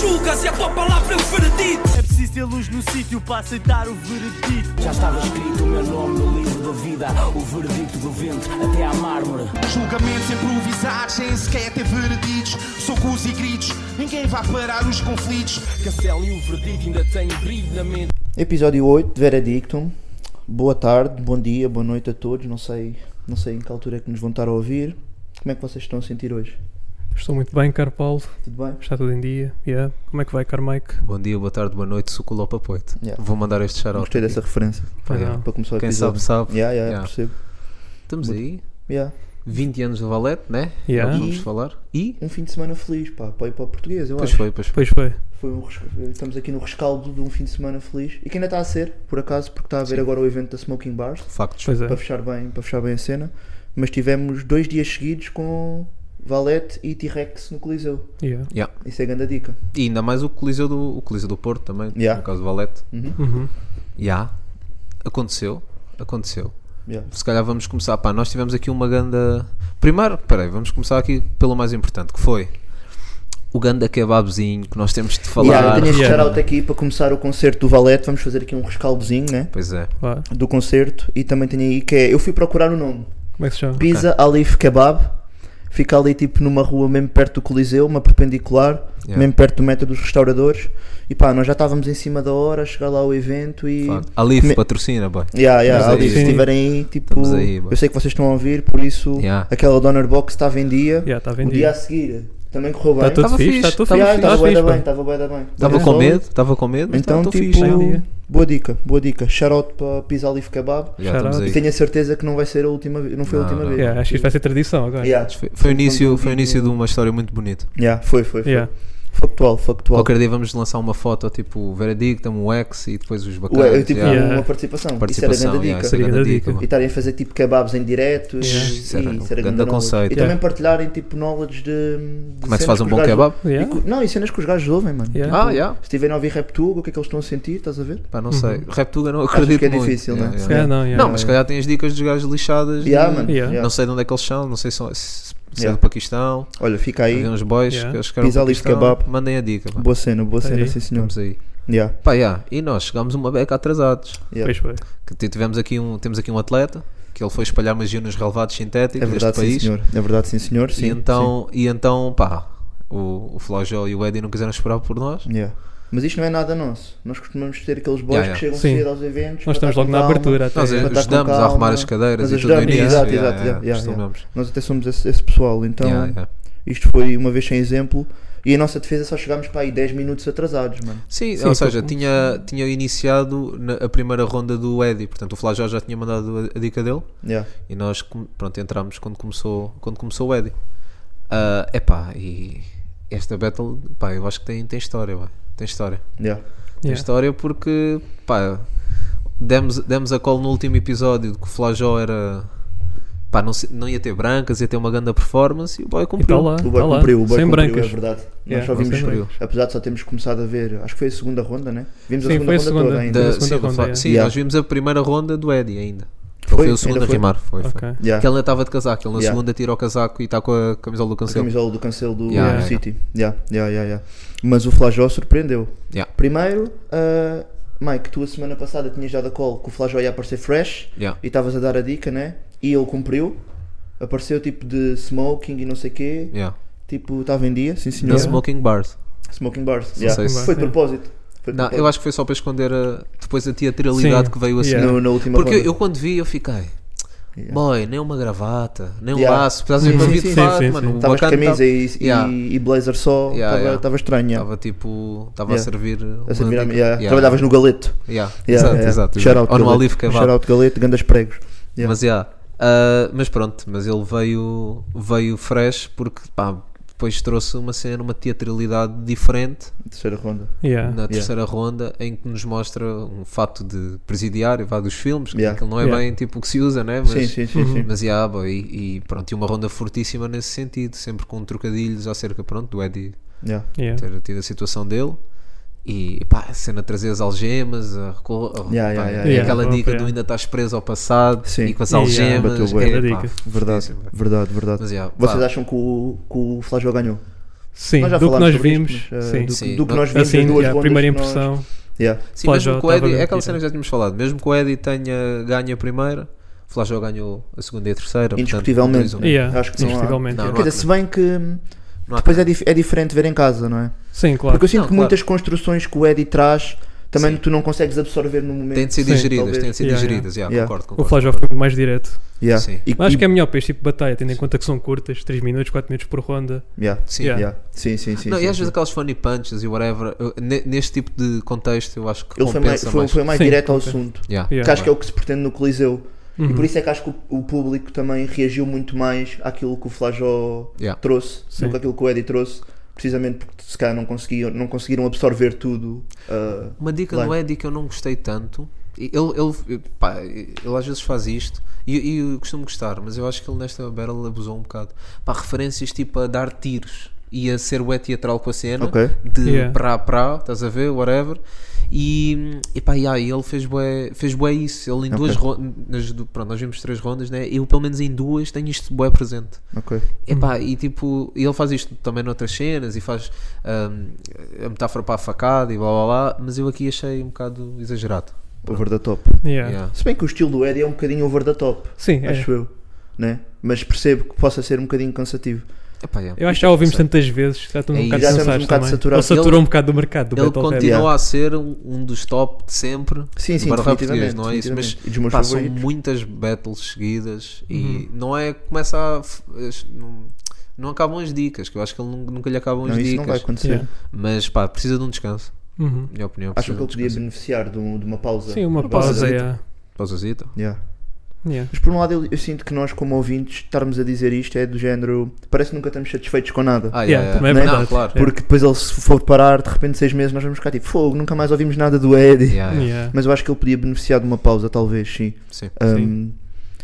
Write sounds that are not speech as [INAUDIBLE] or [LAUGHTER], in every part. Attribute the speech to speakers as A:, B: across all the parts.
A: julgas e a tua palavra é o veredito.
B: É preciso ter luz no sítio para aceitar o veredito.
C: Já estava escrito o meu nome no livro da vida, o veredito do vento até à mármore.
D: Julgamentos improvisados, sem sequer ter vereditos. Socos e gritos, ninguém vai parar os conflitos.
E: Castelo e o veredito ainda têm brilho na mente.
F: Episódio 8, Veredictum. Boa tarde, bom dia, boa noite a todos. Não sei, não sei em que altura é que nos vão estar a ouvir. Como é que vocês estão a sentir hoje?
G: Estou muito bem, caro Paulo.
F: Tudo bem?
G: Está tudo em dia. Yeah. Como é que vai, caro Mike?
H: Bom dia, boa tarde, boa noite, suculo papoito.
F: Yeah.
H: Vou mandar este xarope.
F: Gostei dessa referência
G: Pois
H: yeah.
G: não.
F: para começar o
H: Quem
F: episódio.
H: sabe, sabe.
F: Yeah, yeah,
H: Yeah.
F: percebo.
H: Estamos aí,
F: Yeah.
H: 20 anos de Valete, né?
G: Yeah.
H: Nós vamos
F: E-
H: falar. E?
F: Um fim de semana feliz, pá, para o hip hop português, eu
H: Pois
F: acho.
H: foi, pois foi.
G: Pois foi.
F: Foi um res- Estamos aqui no rescaldo de um fim de semana feliz e que ainda está a ser, por acaso, porque está a haver agora o evento da Smoking Bars.
H: Factos.
G: Pois é.
F: para fechar bem, para fechar bem a cena, mas tivemos dois dias seguidos com Valete e T-Rex no Coliseu.
G: Yeah.
H: Yeah.
F: Isso é grande dica.
H: E ainda mais o Coliseu do, o Coliseu do Porto também,
F: Yeah.
H: no caso do Valete.
G: Uhum.
H: Yeah. Aconteceu, aconteceu.
F: Yeah.
H: Se calhar vamos começar, pá, nós tivemos aqui uma ganda... Primeiro, peraí, vamos começar aqui pelo mais importante, que foi o ganda kebabzinho que nós temos de falar.
F: Yeah, eu tenho este
G: Yeah.
F: shout-out aqui para começar o concerto do Valete, vamos fazer aqui um rescaldozinho, né?
H: Pois é.
G: Vá.
F: Do concerto e também tenho aí que é. Eu fui procurar o nome.
G: Como é que se chama?
F: Pizza Alif Kebab. Fica ali tipo numa rua mesmo perto do Coliseu, uma perpendicular,
H: Yeah.
F: mesmo perto do meta dos restauradores. E pá, nós já estávamos em cima da hora, a chegar lá ao evento e.
H: Facto. Alif,
F: Me-
H: patrocina, boy.
F: Yeah, yeah,
H: Estamos
F: ali,
H: aí.
F: se estiverem aí, tipo,
H: Estamos aí, bora.
F: eu sei que vocês estão a ouvir, por isso
H: Yeah.
F: aquela Donor Box estava em dia.
G: Yeah, está
F: O dia a
G: vendido.
F: seguir também correu bem.
G: Está tudo
H: Tava
G: fixe.
H: fixe.
G: Está tudo
F: Yeah,
G: fixe.
F: estava
G: Está
F: bué da
G: fixe.
F: bem,
G: pá.
F: estava bué da bem.
H: Estava
F: Olha
H: com
F: só.
H: medo, estava com medo, mas
F: Então,
H: tá- tô
F: tipo,
H: fixe.
G: Está em dia.
F: boa dica, boa dica. Shoutout para Pizza Alif Kebab.
H: Yeah, estamos
G: Shout
F: E
H: aí.
F: tenho a certeza que não vai ser a última vez. Não foi a
H: Não,
F: última
H: não.
F: vez.
G: Yeah, acho que isto vai ser tradição agora.
F: Yeah.
H: Foi, foi o início, foi o início de uma história muito bonita.
F: Yeah, foi, foi. foi.
G: Yeah.
F: Factual, factual.
H: Qualquer dia vamos lançar uma foto tipo Veredictum, o X e depois os bacanas.
F: Ué, eu, tipo,
H: yeah.
G: Yeah.
F: uma participação. Isso
H: Participação,
F: era grande
H: yeah,
F: dica.
H: isso é
G: Seria
H: grande
G: grande
H: dica.
G: dica.
F: E estarem a fazer tipo kebabs em direto.
G: Yeah.
F: E,
H: Isso era
F: e
H: um
F: isso era
H: grande
F: knowledge.
H: conceito.
F: E também partilharem tipo knowledge de.
H: Como é
F: de
H: que se
F: cenas
H: faz um
F: os
H: bom
F: gajos-
H: kebab?
F: E
G: Yeah.
F: co- não, e cenas que os gajos ouvem, mano.
G: Yeah.
H: Ah, yeah.
F: Se estiverem a ouvir rap tuga, o que é que eles estão a sentir, estás a ver?
H: Pá, não sei. Reptuga não acredito
F: Uhum. que é
H: muito.
F: difícil,
H: Yeah,
F: né?
H: yeah.
G: Se calhar não. yeah.
H: Não, mas se calhar tem as dicas dos gajos lixadas. de-
F: Yeah, mano.
G: Yeah.
H: Não sei de onde é que eles são, não sei se são- se se é
F: Yeah.
H: do Paquistão.
F: Olha, fica aí.
H: Havia um- uns boys
G: Yeah.
H: que acho que eram do
F: Pizza ali de
H: Paquistão.
F: kebab.
H: Mandem a dica. Pá.
F: Boa cena, boa
G: Tá
F: cena,
G: aí.
F: sim senhor.
H: Estamos aí.
F: Yeah,
H: Pá, yeah. E nós chegámos uma beca atrasados.
F: yeah.
G: Pois foi.
H: Que t- tivemos aqui um, temos aqui um atleta que ele foi espalhar magia nos relevados
F: É
H: sintéticos
F: verdade,
H: deste
F: sim
H: país.
F: senhor. É verdade, sim senhor. Sim,
H: e, então, e então, pá, o, o Flojo e o Eddie não quiseram esperar por nós.
F: sim. Yeah. Mas isto não é nada nosso. Nós costumamos ter aqueles boys
H: Yeah, yeah.
F: que chegam
G: Sim.
F: cedo aos eventos.
G: Nós
F: para
G: estamos
F: estar
G: logo
F: com
G: na
F: calma.
G: abertura até.
H: Nós eh,
F: é.
G: yeah.
F: Para estar com
H: ajudamos a
F: calma.
H: arrumar as cadeiras
F: Nós
H: e tudo no
F: ajudamos,
H: início.
F: exato,
H: Yeah,
F: exato,
H: yeah,
F: yeah, yeah,
H: costumamos.
F: Nós até somos esse, esse pessoal. Então,
H: Yeah, yeah.
F: isto foi uma vez sem exemplo. E a nossa defesa só chegámos para aí 10 minutos atrasados, mano.
H: Sim,
G: Sim,
H: ou seja,
G: porque-
H: tinha, tinha iniciado na- a primeira ronda do Eddie, portanto o Flajó já tinha mandado a, a dica dele
F: Yeah.
H: e nós com- pronto, entramos quando começou, quando começou o Eddie. Ah, epá, e esta battle, pá, eu acho que tem, tem história, ué, tem história.
F: Yeah.
H: Tem
G: Yeah.
H: história porque, pá, demos, demos a call no último episódio de que o Flajó era. Pá, não, se- não ia ter brancas, ia ter uma grande performance e o boy
G: E está
H: cumpriu.
G: lá.
F: O boy
G: tá lá.
F: cumpriu, o boy
G: Sem
F: cumpriu,
G: brancas.
F: é verdade. Nós
G: Yeah,
F: só
G: sem
F: vimos,
H: brancas.
F: apesar de só termos começado a ver, acho que foi a segunda ronda, né? Vimos a
G: Sim,
F: segunda
G: foi a
F: ronda
G: segunda.
F: toda ainda.
G: Da-
H: Da-
G: segunda
H: sim, do
G: ronda,
H: Fla-
G: é.
H: sim,
F: Yeah.
H: nós vimos a primeira ronda do Eddie ainda.
F: Foi,
H: Foi, foi o
F: ainda
H: segundo a
F: foi.
H: rimar. Foi, foi.
G: Ok.
F: Yeah.
H: Que ele ainda estava de casaco, ele na
F: Yeah.
H: segunda tira o casaco e está com a camisola do
F: A
H: cancelo.
F: camisola do cancelo do,
H: Yeah,
F: do
H: yeah,
F: City. Yeah, yeah, yeah, yeah. Mas o Flajó surpreendeu.
H: Yeah.
F: Primeiro, ah, Mike, tu a semana passada tinhas dado a call que o Flajó ia aparecer fresh
H: Yeah.
F: e estavas a dar a dica, né? E ele cumpriu. Apareceu tipo de smoking e não sei quê.
H: Yeah.
F: Tipo, estava em dia, sim
H: Na
F: senhor.
H: Smoking Bars.
F: Smoking bars. Yeah.
H: sei se-
F: Foi de propósito. Foi de
H: Não, eu
F: propósito.
H: acho que foi só para esconder a- depois a teatralidade
G: Sim.
H: que veio a seguir.
G: Yeah.
F: No- na última
H: Porque
F: ronda.
H: eu quando vi, eu fiquei.
F: Yeah.
H: Boy, nem uma gravata, nem um
F: Yeah.
H: laço. Estás a ver
F: Sim,
H: para vir
F: sim,
H: de
G: sim,
H: fato,
G: sim,
H: mano.
G: sim.
H: o
F: Estavas de
H: bacana
F: camisa e, e-
H: então. Yeah.
F: e blazer só, estava
H: Yeah, yeah.
F: estranho. yeah.
H: Estava tipo. Estava
F: Yeah.
H: a servir.
F: A servir a-
H: uma-
F: yeah.
H: Yeah.
F: Trabalhavas no galeto.
H: Yeah.
F: Yeah,
H: exato,
F: yeah.
H: exato.
F: Shout out
H: Ou no
F: galeto.
H: Alif Kebab.
F: Shout out galeto, grandes pregos. Yeah.
H: Mas, yeah. Ah, mas pronto, mas ele veio, veio fresh porque pá, depois trouxe uma cena, uma teatralidade diferente
F: Terceira ronda.
G: É. Yeah.
H: na terceira ronda em que nos mostra um fato de presidiário vá, dos filmes, que
F: Yeah.
H: aquilo não é
G: Yeah.
H: bem tipo o que se usa, né? Mas,
F: sim, sim, sim. sim.
H: Mas yeah, boy, e, e pronto, e uma ronda fortíssima nesse sentido, sempre com trocadilhos acerca pronto, do Eddie
F: Yeah.
G: Yeah.
H: ter tido a situação dele. E pá, a cena de trazer as algemas, a, reco- a- pá,
F: Yeah, yeah, yeah,
H: e
G: yeah.
H: aquela
G: Yeah.
H: dica do ainda estás preso ao passado
F: Sim.
H: e com as
G: Yeah.
H: algemas.
F: Bateu bué.
H: é, pá,
G: Dica.
F: Verdade,
H: fortíssimo.
F: verdade, verdade.
H: Mas, yeah,
F: Vocês
H: pá,
F: acham que o, que o Flajó ganhou?
G: Sim,
F: Nós já
G: do que
F: falámos
G: nós
F: sobre isto,
G: vimos.
F: mas, eh,
G: sim.
F: do, que-
H: Sim,
F: do que
H: não-
F: nós vimos, as
G: Assim,
F: duas
G: yeah, a
F: ondas
G: primeira
F: que nós-
G: impressão.
F: Yeah.
H: Sim,
G: Flajó
H: mesmo que o
G: estava
H: Eddie,
G: bem
H: é aquela
G: tirado.
H: cena que já tínhamos falado, mesmo que o Eddie tenha ganho a primeira, o Flajó ganhou a segunda e a terceira. portanto,
F: Indiscutivelmente.
H: não tens um-
G: Yeah,
F: Acho que não há-
G: indiscutivelmente,
H: Não,
G: yeah.
F: Quer dizer, se bem que hum,
H: não há
F: depois
H: cá.
F: é, dif- é diferente ver em casa, não é?
G: Sim, claro.
F: Porque eu sinto
H: Não,
F: que muitas construções que o Eddie traz também
H: Sim.
F: tu não consegues absorver no momento.
H: Tem de ser
G: Sim,
H: digeridas,
F: talvez.
H: tem de ser
G: Yeah,
H: digeridas, yeah,
F: Yeah.
H: concordo,
G: O
H: concordo.
G: Flajó foi muito mais direto.
F: Yeah.
H: Sim.
F: E-
G: Mas acho
F: e-
G: que é melhor para este tipo de batalha, tendo em conta que são curtas, 3 minutos, 4 minutos por ronda.
F: yeah.
H: Sim.
G: Yeah.
F: Yeah. Sim, sim, sim.
H: não,
F: sim,
H: e às
F: sim.
H: vezes aquelas funny punches e whatever, eu- ne- neste tipo de contexto eu acho que
F: Ele foi mais,
H: compensa
F: foi, foi mais
G: Sim,
F: direto ao
G: ok.
F: assunto.
H: Yeah.
G: Yeah.
F: Que acho que é o que se pretende no Coliseu. E
G: Uhum.
F: por isso é que acho que o, o público também reagiu muito mais àquilo que o Flajó
H: Yeah.
F: trouxe
G: Sim.
F: do que aquilo que o Eddie trouxe. Precisamente porque se calhar não, conseguiam, não conseguiram absorver tudo. ah,
H: Uma dica
F: Claro.
H: do Eddie que eu não gostei tanto. e Ele, ele, pá, ele às vezes faz isto e, e eu costumo gostar, mas eu acho que ele nesta Battle abusou um bocado. Pá, referências tipo a dar tiros e a ser bué teatral com a cena
F: Ok.
H: de
G: Yeah.
H: pra pra, estás a ver, whatever. E, e pá, yeah, e ele fez bué, fez bué isso. Ele em duas rondas, pronto, nós vimos três rondas, né? Eu pelo menos em duas tenho isto bué presente.
F: ok. Hum.
H: Epá, e tipo, e ele faz isto também noutras cenas e faz hum, a metáfora para a facada e blá blá blá, mas eu aqui achei um bocado exagerado.
F: Over the top.
G: Yeah.
H: Yeah.
F: Se bem que o estilo do Eddie é um bocadinho over the top.
G: Sim, é.
F: Acho eu. Né? Mas percebo que possa ser um bocadinho cansativo.
H: Epá, yeah.
G: Eu acho que já ouvimos
H: Sei.
G: tantas vezes, já estamos
H: É
G: um
H: isso.
G: bocado
H: Já
F: estamos um
G: cansados
F: bocado
G: também.
F: saturados.
G: Ele saturou
H: Ele-
G: um bocado do mercado do
H: Ele
G: Battle Rap.
H: continua a ser um, um dos top de sempre.
F: Sim, sim,
H: Agora vai português,
F: definitivamente.
H: não é isso, mas
F: definitivamente. E dos meus
H: pá, são
F: favoritos.
H: muitas battles seguidas
F: Uhum.
H: e não é começa a f- as- não, não acabam as dicas, que eu acho que ele nun- nunca lhe acabam
F: Não,
H: as
F: isso não vai
H: dicas.
F: acontecer.
G: Yeah.
H: mas pá, precisa de um descanso,
G: Uhum.
H: minha opinião.
F: Acho que ele podia
H: precisa de um descanso.
F: beneficiar de, um- de uma pausa.
G: Sim, uma
F: Uma
G: pausa.
F: pausa.
G: yeah.
H: Pausazita.
F: Yeah.
G: Yeah.
F: Mas por um lado eu, eu sinto que nós como ouvintes estarmos a dizer isto é do género. Parece que nunca estamos satisfeitos com nada.
H: Ah,
G: Yeah, também é
H: Não,
G: verdade.
H: claro.
G: Yeah.
F: Porque depois ele se for parar, de repente seis meses nós vamos ficar tipo, fogo, nunca mais ouvimos nada do Eddie.
H: Yeah, yeah.
G: Yeah.
F: Mas eu acho que ele podia beneficiar de uma pausa, talvez, sim.
H: Sim.
F: Um,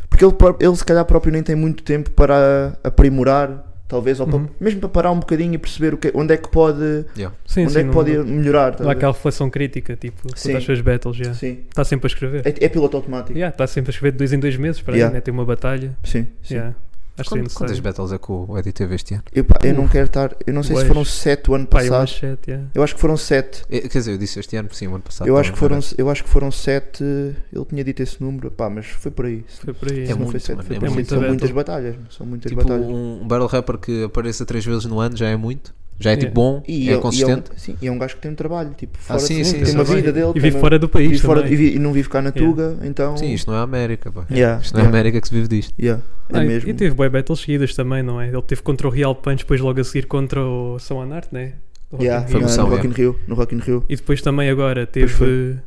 F: porque ele, pró- ele se calhar próprio nem tem muito tempo para aprimorar, talvez, ou para-
G: Uhum.
F: mesmo para parar um bocadinho e perceber o que, onde é que pode,
G: Sim,
F: onde
G: sim.
F: é que
G: não-
F: pode melhorar. tá
G: Dá
F: a ver?
G: aquela reflexão crítica, tipo,
F: Sim.
G: quanto às suas battles, já.
F: Sim.
G: Está sempre a escrever.
F: É, é piloto automático.
G: Yeah, Está sempre a escrever de dois em dois meses, para
F: Yeah.
G: né? Tem uma batalha.
F: Sim, sim.
G: Yeah. Acho que é
H: Quant- Quantas
G: necessário.
H: battles é que o Eddie teve este ano?
F: Eu, pá, eu
G: Uf.
F: não quero estar. Eu não sei se
G: Ué.
F: foram sete o ano
G: Uh. Pá, eu
F: passado.
G: acho sete, yeah.
F: Eu acho que foram sete.
H: Eh, Quer dizer, eu disse este ano, por cima, ano passado.
F: Eu
H: tá
F: acho, que
H: bem,
F: foram,
H: parece.
F: eu acho que foram sete. Ele tinha dito esse número, pá, mas foi por aí. Se
G: Foi por aí.
H: É
F: não
H: muito,
F: foi sete,
H: mano,
F: foi
H: é
F: por aí.
G: muita
F: São
G: battle.
F: muitas batalhas. São muitas
H: Tipo,
F: batalhas.
H: um barrel rapper que apareça três vezes no ano já é muito. Já é tipo
G: Yeah.
H: bom, é consistente. Ah,
F: um, sim, e é um gajo que tem um trabalho, tipo, fora
H: sim,
F: de,
H: sim,
F: tem
H: isso
F: uma
H: também.
F: vida dele.
G: E
F: tem
G: vive
F: uma-
G: fora do país
F: vive fora- e,
G: também.
F: vi- e não vive cá na Tuga, então.
H: Sim, isto não é a América, pá.
F: Yeah,
H: Isto não é a
F: yeah,
H: América que se vive disto.
F: yeah, é
G: Ah, e-
F: mesmo.
G: E teve boy battles seguidas também, não é? Ele teve contra o Real Punch, depois logo a seguir contra o São Anarte, né? O Rock
F: Yeah,
G: in
H: Foi
G: Rio.
F: na-
H: emoção,
F: no Rock
H: é.
F: in Rio, no Rock in Rio.
G: E depois também agora
F: Pois
G: teve.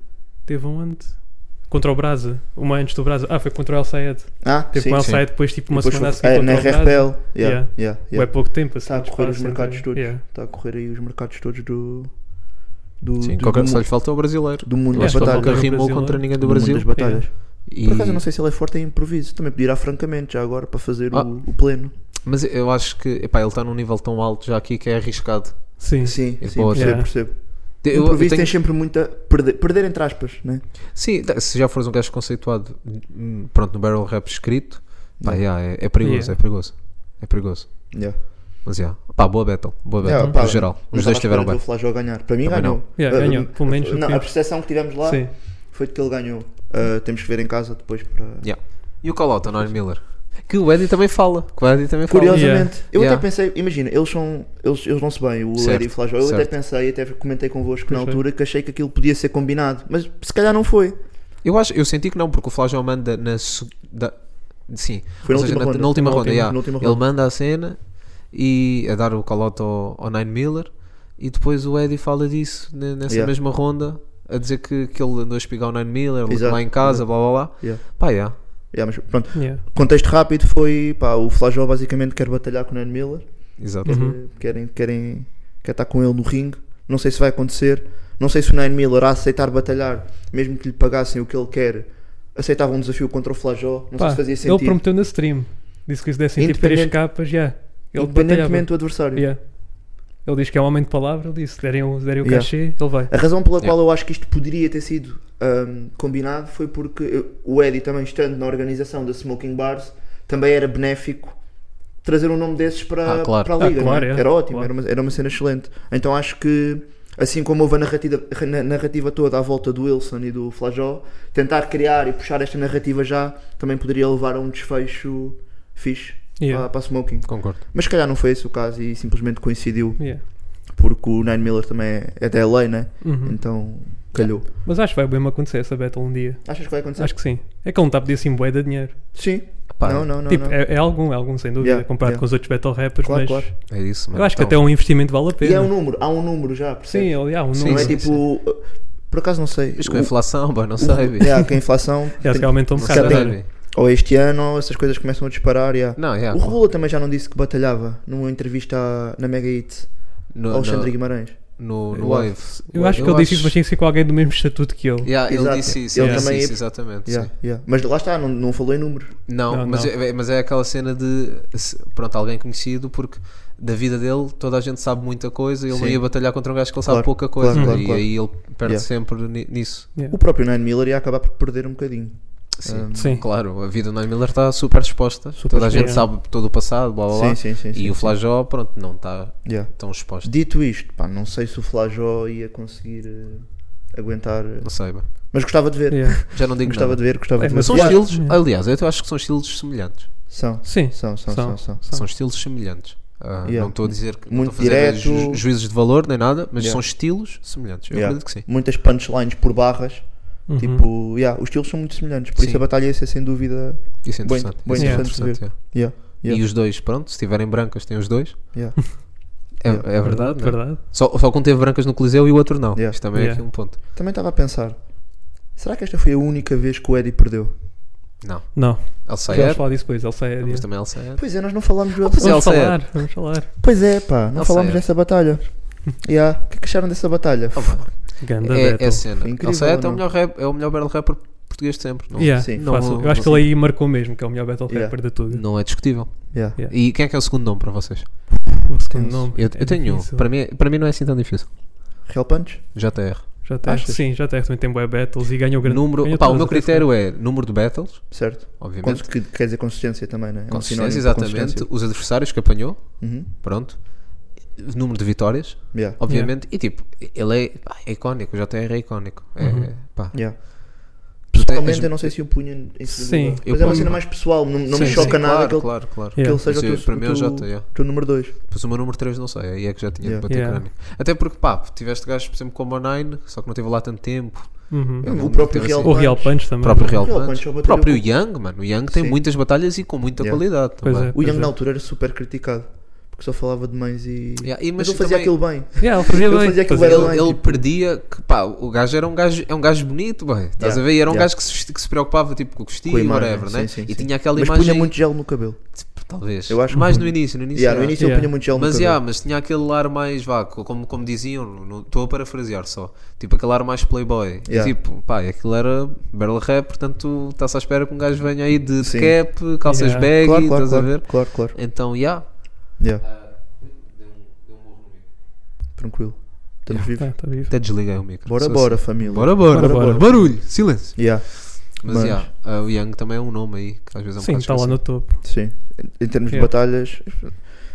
G: Teve onde? Contra o Brasa. Uma antes do Brasa. Ah, foi contra o El Saed.
F: Ah,
G: Teve
F: sim,
G: com o El
F: sim.
G: Saed depois, tipo, uma
F: Depois
G: semana a
F: foi-
G: seguir
F: é, na
G: contra o Brasa.
F: RFL. Yeah,
G: Yeah.
F: yeah,
G: Ou é
F: yeah.
G: pouco tempo, assim.
F: Está a
G: mas
F: correr os
G: quase sempre.
F: mercados todos.
G: Yeah.
F: Está a correr aí os mercados todos do. Do,
H: Sim,
F: do,
H: qualquer
F: do,
H: só
F: mu-
H: lhe falta é o brasileiro.
F: do mundo
H: Eu
F: das
H: acho que ele
G: falta
H: nunca
F: batalhas.
G: o
H: rimou
G: brasileiro.
H: contra ninguém do
F: Do mundo das
H: Brasil.
F: batalhas.
H: E-
F: Por acaso eu não sei se ele é forte em improviso. Também podia ir à francamente já agora para fazer
H: Ah.
F: o, o pleno.
H: Mas eu acho que epá, ele está num nível tão alto já aqui que é arriscado.
G: Sim.
F: Sim,
H: E
F: sim,
H: pode.
F: percebo,
G: Yeah.
F: percebo.
H: Eu- eu
F: improviso
H: tenho-
F: tem sempre muita. Perder, perder entre aspas, né?
H: Sim, tá, se já fores um gajo conceituado, hum, pronto, no barrel rap escrito, pá, yeah, é, é perigoso,
G: Yeah.
H: é perigoso. É perigoso.
F: Yeah.
H: Mas yeah. pá, boa battle, boa battle,
F: Yeah, É, pá,
H: no geral.
F: Não tá
H: Os
F: estava à
H: dois
F: espera
H: tiveram
F: do
H: bem.
F: Flajó ganhar. Para mim
H: Também
F: ganhou.
G: Yeah,
F: Ah,
G: ganhou.
F: ah,
G: Pelo menos o
F: não,
G: que
F: a
G: teve.
F: percepção que tivemos lá
G: Sim.
F: foi de que ele ganhou. Ah, temos que ver em casa depois para.
H: Yeah. E o Calota, Noir Miller? Que o Eddie também fala. Que o Eddie também fala.
F: Curiosamente, eu
H: Yeah.
F: até pensei, imagina, eles são, eles, eles não se bem, o
H: Certo,
F: Larry e o Flajó. Eu até
H: certo.
F: pensei, até comentei convosco na
G: Pois foi.
F: altura que achei que aquilo podia ser combinado, mas se calhar não foi.
H: Eu, acho, eu senti que não, porque o Flávio manda na. su- da- sim,
F: Foi na
H: ou seja,
F: última ronda.
H: na última
F: Na
H: ronda,
F: última-
H: yeah.
F: na última
H: ele
F: ronda.
H: manda a cena e a dar o calote ao, ao Nine Miller e depois o Eddie fala disso ne- nessa
F: Yeah.
H: mesma ronda a dizer que, que ele andou a espigar o Nine Miller
F: Exato.
H: lá em casa, blá blá blá.
F: Yeah.
H: Pá, yeah.
F: Yeah, mas pronto,
G: Yeah.
F: contexto rápido foi, pá, o Flajó basicamente quer batalhar com o Nan Miller.
H: exato.
G: Uhum.
F: Eh, querem, querem quer estar com ele no ringue. Não sei se vai acontecer. Não sei se o Nine Miller a aceitar batalhar, mesmo que lhe pagassem o que ele quer, aceitava um desafio contra o Flajó. Não sei
G: Pá,
F: se fazia
G: ele
F: sentido.
G: prometeu na stream. Disse que lhe dessem tipo 3
F: Independente-
G: capas, já. Ele
F: independentemente
G: batalhava.
F: do adversário.
G: Yeah. Ele diz que é um homem de palavra, ele disse, derem o, derem o
F: Yeah.
G: cachê, ele vai.
F: A razão pela
H: Yeah.
F: qual eu acho que isto poderia ter sido ahm, combinado foi porque eu- o Eddie, também estando na organização da Smoking Bars, também era benéfico trazer um nome desses
H: Ah,
F: para,
H: claro.
F: para a Liga.
G: Ah, claro,
F: não é?
G: é.
F: Era ótimo,
G: Claro.
F: era, uma, era uma cena excelente. Então acho que, assim como houve a narrativa, na- narrativa toda à volta do Wilson e do Flajó, tentar criar e puxar esta narrativa já também poderia levar a um desfecho fixe
G: Yeah.
F: para, para a Smoking.
H: Concordo.
F: Mas se calhar não foi esse o caso e simplesmente coincidiu,
G: Yeah.
F: porque o Nine Miller também é, é da LA, né?
G: Uhum.
F: Então calhou.
G: Mas acho que vai mesmo acontecer essa battle um dia.
F: Achas que vai acontecer?
G: Acho que sim. É que ele não está a pedir assim bué de dinheiro.
F: Sim.
H: Pá,
F: não, não, não.
G: tipo,
F: não.
G: É, é algum, é algum sem dúvida,
F: Yeah,
G: comparado
F: yeah.
G: com os outros battle rappers,
F: Claro,
G: mas
F: claro.
H: É isso, mano.
G: eu acho que até
H: Então,
G: um investimento vale a
F: E é
G: pena.
F: um número, há um número já,
G: Sim,
F: percebes?
G: ele há um
H: Sim,
F: não
G: número.
F: é
H: sim,
F: tipo. uh, Por acaso não
G: um-
F: sei.
H: Mas com a
F: o-
H: inflação, pá, não sei. bicho.
F: Yeah, que a [LAUGHS] inflação.
G: Já se
F: tem-
G: aumentou um
H: Não
F: se
G: bocado.
F: calhar
G: agora.
F: tem-
H: sei.
F: ou este ano, ou essas coisas começam a disparar. yeah.
H: Não, yeah,
F: o
H: pá.
F: Rebula também já não disse que batalhava numa entrevista à- na Mega Hit
H: No-
F: ao
H: no-
F: Alexandre Guimarães.
H: no, no
F: é Eu
H: Wave.
G: Eu acho que ele disse isso, mas tinha que ser com alguém do mesmo estatuto que ele.
H: Yeah, ele
F: Exato.
H: disse isso,
F: Ele
H: ele disse
F: também-
H: isso, exatamente.
F: Yeah,
H: sim.
F: yeah. Mas lá está, não, não falou em números.
H: Não,
G: Não,
H: mas,
G: não.
H: É, mas é aquela cena de se- pronto, alguém conhecido, porque da vida dele toda a gente sabe muita coisa e ele não
F: Sim.
H: ia batalhar contra um gajo que ele
F: Claro,
H: sabe pouca
F: claro,
H: coisa
F: claro,
H: e
F: claro.
H: aí ele perde
F: Yeah.
H: sempre ni- nisso.
G: Yeah.
F: O próprio Nine Miller ia acabar por perder um bocadinho. Ah.
H: Sim.
F: Um,
G: Sim.
H: Claro, a vida do Nine Miller está super exposta,
G: Super
H: toda a gente
G: exposta. é.
H: sabe todo o passado, blá blá blá.
F: Sim, sim, sim,
H: e
F: sim,
H: o
F: sim.
H: Flajó, pronto, não está
F: Yeah.
H: tão exposto.
F: Dito isto, pá, não sei se o Flajó ia conseguir eh, aguentar. eh,
H: Não sei, bem.
F: Mas gostava de ver.
G: Yeah.
H: já não digo
F: Gostava
H: nada.
F: de ver, gostava
G: É,
F: de ver.
G: mas
H: São
G: Yeah.
H: estilos,
G: Yeah.
H: aliás, eu acho que são estilos semelhantes.
F: São,
G: Sim.
F: são, são, são, são.
H: São estilos semelhantes. Ah,
F: Yeah.
H: Não estou a dizer que
F: Muito
H: não estou a fazer
F: direto.
H: ju- juízos de valor nem nada, mas
F: Yeah.
H: são estilos semelhantes. Eu
F: Yeah.
H: acredito que sim.
F: Muitas punchlines por barras.
G: Uhum.
F: Tipo, yeah, os estilos são muito semelhantes. Por isso
H: Sim.
F: a batalha ia ser sem dúvida.
H: Isso é
F: Bem-
H: interessante.
F: bem
H: isso é
F: interessante de
H: interessante, é.
F: Yeah, yeah,
H: E os dois, pronto, se tiverem brancas, têm os dois.
F: yeah.
H: É,
F: Yeah.
H: é verdade, não é?
G: Verdade.
H: Só, só que um teve brancas no Coliseu e o outro não.
F: Yeah.
H: Isto também é
G: Yeah.
H: aqui um ponto.
F: Também estava a pensar: será que esta foi a única vez que o Eddie perdeu?
H: Não.
G: Não, vamos
H: Alceier,
G: falar disso depois. Ele sai a
H: mas também Alceier.
F: Pois é, nós não falámos do
H: pois é,
G: Vamos
H: Alceier.
G: falar, vamos falar.
F: Pois é, pá, não
H: Não
F: falámos
H: sei. [LAUGHS]
F: dessa batalha. Yeah. O que é que acharam dessa batalha?
H: Oh, mano,
G: Ganda
H: é, é
G: battle.
H: a cena.
F: Foi incrível,
H: Alceier é
F: não?
H: o melhor, rap, é o melhor battle rapper português de sempre. Não, é?
G: Yeah,
F: Sim.
H: não-
G: fácil. Eu acho que
H: não-
G: ele aí marcou mesmo, que é o melhor battle
F: Yeah.
G: rapper de tudo.
H: não é discutível.
F: Yeah.
G: Yeah.
H: E quem é que é o segundo nome para vocês?
G: O segundo
F: Tenso.
G: nome
H: Eu,
G: é
H: eu tenho um.
G: difícil.
H: Para mim, é- para mim não é assim tão difícil.
F: Real Punch?
H: JR.
G: JTR.
F: Achas?
G: Sim, JTR também tem boé battles e ganhou grande.
H: Número,
G: ganhou
H: pá, o
G: todas,
H: meu
G: atenção.
H: critério é número de battles,
F: Certo.
H: obviamente.
F: Cons- Que quer dizer consistência também, né? É um
H: Consistência,
F: sinónimo para
H: exatamente.
F: consistência.
H: Os adversários que apanhou,
F: Uhum.
H: pronto. Número de vitórias,
F: Yeah.
H: obviamente. E tipo, ele é, pá, é icónico, o JR é icónico. É, pá. é
F: Yeah.
H: Tu tens-
F: Pessoalmente,
H: és-
F: eu não sei se o punho em segundo
G: Sim.
F: lugar.
H: Eu
F: Mas é uma
H: ponho-
F: cena mais pessoal, não, não me
H: Sim,
F: choca
H: sim,
F: nada
H: Claro,
F: que ele,
H: claro, claro.
F: que ele
G: Yeah.
F: seja
H: Mas eu-
F: o teu,
H: para mim é o
F: o teu-
H: Jota, yeah.
F: teu número 2.
H: Pois o meu número 3 não sei, aí é que já tinha
F: Yeah.
H: de bater
G: Yeah.
H: crânio. Até porque, pá, tiveste gajos, por exemplo, como o Nine, só que não teve lá tanto tempo.
G: Uhum.
H: Ele
F: O
H: não
F: próprio
H: teve
F: Real
G: O Real Punch
H: O
G: também.
H: próprio Real
F: Real
H: Punch.
F: Punch, eu
H: O
F: bati-
H: próprio Young, mano. O Young tem
F: Sim.
H: muitas batalhas e com muita
F: Yeah.
H: qualidade
G: Pois
H: também.
G: é.
F: O Young
G: Pois
F: na altura era super criticado porque só falava de mães e.
H: Yeah, e mas
F: mas ele fazia
H: também-
F: aquilo bem.
G: Yeah, ele fazia
F: Ele
G: bem.
F: fazia aquilo
G: Fazia-
F: bem.
H: Ele,
F: bem,
H: ele
F: tipo-
H: perdia que, pá, o gajo era um gajo, é um gajo bonito, bem. Estás
F: Yeah.
H: a ver? E era um
F: Yeah.
H: gajo que se, que se preocupava tipo, com o
F: Com a
H: vestido e
F: imagem,
H: whatever,
F: sim,
H: né?
F: sim,
H: e
F: sim.
H: tinha aquela
F: mas
H: imagem. tipo,
F: punha muito gel no cabelo.
H: Talvez.
F: Eu acho
H: mais
F: que-
H: no início, no início.
F: Yeah, no
H: era.
F: início um
G: Yeah.
F: ele punha muito gel
H: Mas,
F: no cabelo.
H: yeah, mas tinha aquele ar mais, vá, co- como, como diziam, no- estou a parafrasear só, tipo aquele ar mais playboy. E,
F: Yeah.
H: tipo, pá, aquilo era barrel rap, portanto está-se à espera que um gajo venha aí de, de
F: Sim.
H: cap, calças
G: Yeah.
H: baggy,
F: claro, claro,
H: estás
F: claro,
H: a ver?
F: claro, claro.
H: Então, yeah.
F: Yeah, tranquilo. Estamos
G: Ah,
F: vivos.
G: tá vivo.
H: Até desliguei o micro.
F: Bora,
H: Sou
F: bora,
H: assim.
F: família.
H: bora, bora,
G: Bora, bora.
H: Barulho, silêncio.
F: Yeah,
H: Mas,
F: Mas-
H: yeah, ah, o Young também é um nome aí, que às vezes é um
G: Sim,
H: bocado
G: está lá
H: esquecido.
G: no topo.
F: sim. Em- Em termos de
G: Yeah.
F: batalhas,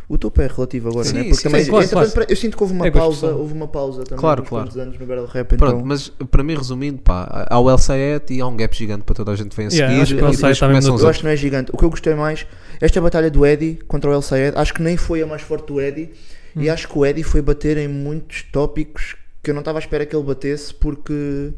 F: o topo é relativo agora,
H: Sim,
F: né? Porque
H: sim,
F: também,
H: sim, claro,
F: entretanto,
G: claro.
F: eu sinto que houve uma
G: É gosto
F: pausa,
G: pessoal.
F: houve uma pausa também
H: Claro,
F: uns
H: claro.
F: quantos anos no Battle Rap, então.
H: Pronto, mas para mim, resumindo, pá, há o LCET e há um gap gigante para toda a gente que vem a seguir.
G: Yeah, acho que o
H: e
G: LCAET
H: depois
G: está mesmo
H: começam
G: no
H: os
F: Eu
H: outros.
F: acho que não é gigante. O que eu gostei mais, esta batalha do Eddie contra o El Sayed, acho que nem foi a mais forte do Eddie.
G: Hum.
F: E acho que o Eddie foi bater em muitos tópicos que eu não estava à espera que ele batesse porque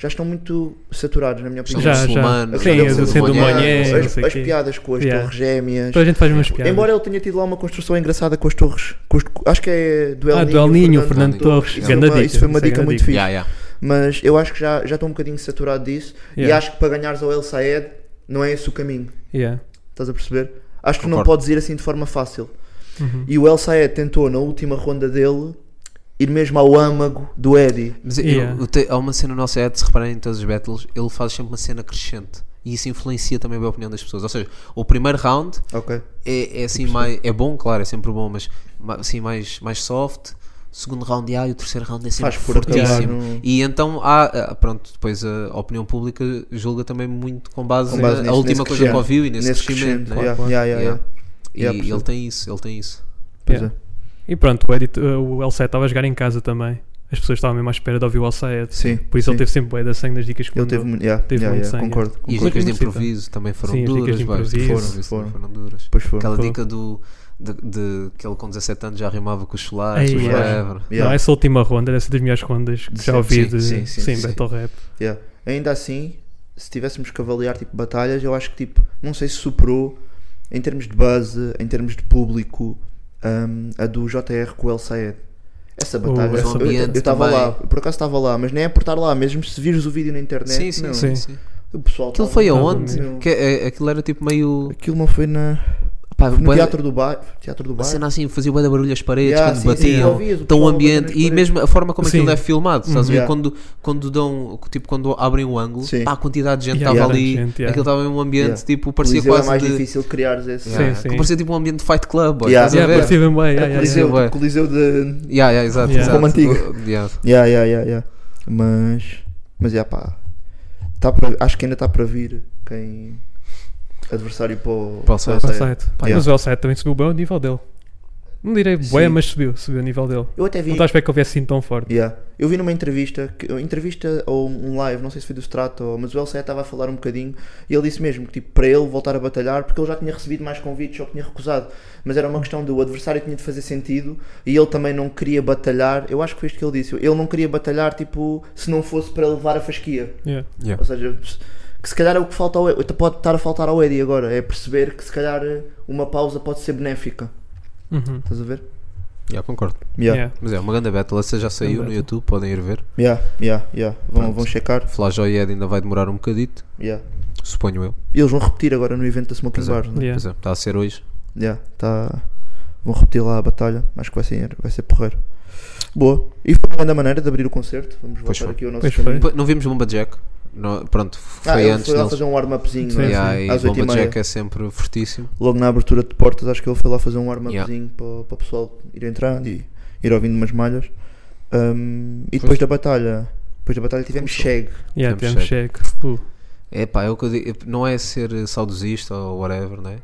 F: já estão muito saturados, na minha
H: São
F: opinião. Assim,
G: Já, já.
H: muçulmanos,
G: Sim,
H: são
G: eu
H: muçulmanos.
G: sei do Monhé,
F: as,
G: não sei
F: as
G: quê.
F: piadas com as
G: Yeah.
F: torres gêmeas.
G: Toda a gente faz umas piadas.
F: Embora ele tenha tido lá uma construção engraçada com as torres, com os- acho que é do El
G: Ah,
F: Ninho,
G: do El Ninho,
H: Fernando
G: Fernando Torres.
F: Isso,
G: Ganda
F: foi uma,
G: dica.
F: isso foi uma
G: isso é
F: dica
G: ganda
F: muito fixe.
H: Yeah, yeah.
F: Mas eu acho que já, já estou um bocadinho saturado disso e
G: Yeah.
F: acho que para ganhares ao El Sayed não é esse o caminho.
G: Yeah.
F: Estás a perceber? Acho que não
H: Concordo.
F: podes ir assim de forma fácil.
G: Uhum.
F: E o El Sayed tentou, na última ronda dele, ir mesmo ao âmago do Eddie.
H: Mas eu-
G: Yeah.
H: eu te- há uma cena no nosso ad, se repararem em todos os battles, ele faz sempre uma cena crescente. E isso influencia também a opinião das pessoas. Ou seja, o primeiro round
F: Ok.
H: é, é assim mais. É bom, claro, é sempre bom, mas ma- assim mais, mais soft. Segundo round é A e o terceiro round é sempre
F: Faz por acabar
H: fortíssimo.
F: no-
H: E então há, ah, pronto, depois a opinião pública julga também muito com base,
F: Com base
H: na
F: nesse-
H: a última
F: nesse
H: coisa que
F: crescendo.
H: ouviu e nesse,
F: Nesse
H: crescimento.
F: crescendo,
H: né?
F: yeah, yeah, yeah,
H: Yeah. E
F: Yeah, percebo.
H: ele tem isso, ele tem isso.
F: Pois é.
G: Yeah. E pronto, o, edit, o El Sayed estava a jogar em casa também. As pessoas estavam mesmo à espera de ouvir o El Sayed.
F: é. Sim.
G: Por isso
F: sim.
G: ele teve sempre bué da sangue nas dicas que
F: Ele
G: mandou.
F: teve muito. Yeah,
G: teve
F: yeah,
G: muito
F: yeah,
G: sangue,
F: concordo.
H: E as
F: concordo.
H: dicas de
G: Mas como
H: improviso também foram
G: Sim, as dicas
H: duras,
G: de
H: vai,
G: improviso.
H: foram,
F: Foram,
H: isso também
F: tá. foram.
H: foram duras.
F: Pois foram.
H: Aquela
G: Foram.
H: dica do, de, de que ele com 17 anos já rimava com os
G: Ai,
H: cholares, os
G: yeah.
H: whatever.
G: Não,
F: Yeah,
G: essa última ronda deve ser das melhores rondas que já
F: Sim,
G: ouvi
H: sim,
G: de
F: sim, sim,
G: sim,
F: sim.
G: Battle Rap.
F: yeah. Ainda assim, se tivéssemos que avaliar tipo batalhas, eu acho que tipo, não sei se superou em termos de base, em termos de público, hum, a do JR com o El Sayed. Essa batalha,
G: essa-
F: eu- eu
H: Oh, ambiente
F: estava
H: também.
F: lá, eu por acaso estava lá, mas nem é por estar lá, mesmo se vires o vídeo na internet,
H: Sim, sim,
F: não,
H: sim,
G: Sim.
H: sim.
F: o pessoal
H: Aquilo
F: tava-
H: foi
G: Não,
H: aonde?
F: não.
H: Que, é, aquilo era tipo meio.
F: Aquilo não foi na,
H: Pá,
F: no
H: bué-
F: Teatro do Bar, Teatro do
H: uma
F: Bar.
H: cena assim, fazia bué de barulho as paredes
F: Yeah,
H: quando
F: sim, sim, eu
H: batiam.
F: ouvi, o
H: Tão
F: pessoal a bater
H: ambiente
F: nas
H: e
F: paredes.
H: mesmo a forma como aquilo
G: Sim.
H: é filmado, estás a ver?
F: Uhum. Yeah.
H: Quando, quando dão, tipo, quando abrem o ângulo,
F: Sim.
H: pá, a quantidade de gente
G: Yeah,
H: estava
G: era
H: ali,
G: gente, yeah.
H: aquilo estava em um ambiente,
F: Yeah.
H: tipo,
F: Por
H: parecia
F: Liseu é
H: quase
F: mais
H: de-
F: difícil criares esse.
H: Yeah,
G: Sim,
H: que
G: sim.
H: parecia tipo um ambiente de Fight Club, boy,
F: Yeah.
H: estás
G: Yeah,
H: a ver?
G: parecia bem bem. yeah, yeah,
F: Coliseu,
G: yeah.
H: ué.
F: Coliseu de,
H: Yeah, yeah, exato,
G: Yeah.
H: exato.
F: Como antiga.
H: Uh, yeah.
F: Ya, ya, ya, ya. Mas, mas já pá, tá pra- acho que ainda está para vir quem adversário para o,
H: Para o site.
G: Para o
F: site.
G: site.
F: Pá,
G: Mas
F: yeah.
G: o El Sayed também subiu bem o nível dele. Não direi bué,
F: Sim.
G: mas subiu, subiu o nível dele.
F: Eu até vi,
G: Não estás à espera que ele viesse assim tão forte.
F: Ya. eu vi numa entrevista, que, entrevista ou um live, não sei se foi do Strato, ou- mas o Elsa estava a falar um bocadinho e ele disse mesmo que tipo, para ele voltar a batalhar, porque ele já tinha recebido mais convites ou que tinha recusado, mas era uma questão do adversário tinha de fazer sentido e ele também não queria batalhar, eu acho que foi isto que ele disse, ele não queria batalhar tipo, se não fosse para levar a fasquia.
G: Yeah.
F: Ou seja, que se calhar é o que falta ao Eddie, pode estar a faltar ao Eddie agora, é perceber que se calhar eh, uma pausa pode ser benéfica.
G: Uhum.
F: Estás a ver?
H: Yeah, concordo.
G: Yeah.
H: Mas é uma grande battle, essa já saiu no
G: battle.
H: YouTube, podem ir ver.
F: Yeah, yeah, yeah. Vão,
H: Pronto.
F: vão checar.
H: Flajo e Ed ainda vai demorar um bocadito,
F: Yeah.
H: suponho eu.
F: E eles vão repetir agora no evento da Smoking
H: Pois é.
F: Bar. Né?
G: Yeah.
H: Pois é, está a ser hoje.
F: Yeah, tá... Vão repetir lá a batalha. Acho que vai ser, vai ser porreiro. Boa. E foi uma grande maneira de abrir o concerto. Vamos
H: Pois
F: voltar
H: foi.
F: aqui ao nosso
G: Pois foi.
F: caminho.
H: Não vimos Bomba Jack. Não- pronto,
F: Ah,
H: foi
F: ele
H: antes
F: foi lá
H: deles.
F: fazer um warm-upzinho não é?
H: Yeah,
F: Assim,
H: e
F: às 8
H: Bomba
F: h
H: Jack é sempre fortíssimo.
F: Logo na abertura de portas, acho que ele foi lá fazer um warm-upzinho para, para o pessoal ir entrando e ir ouvindo umas malhas. Um, e depois
H: Pois.
F: da batalha, depois da batalha tivemos Shag.
G: Yeah,
H: Temos
G: tivemos cheque. Uh,
H: É pá, é o que eu digo, não é ser saudosista ou whatever, né?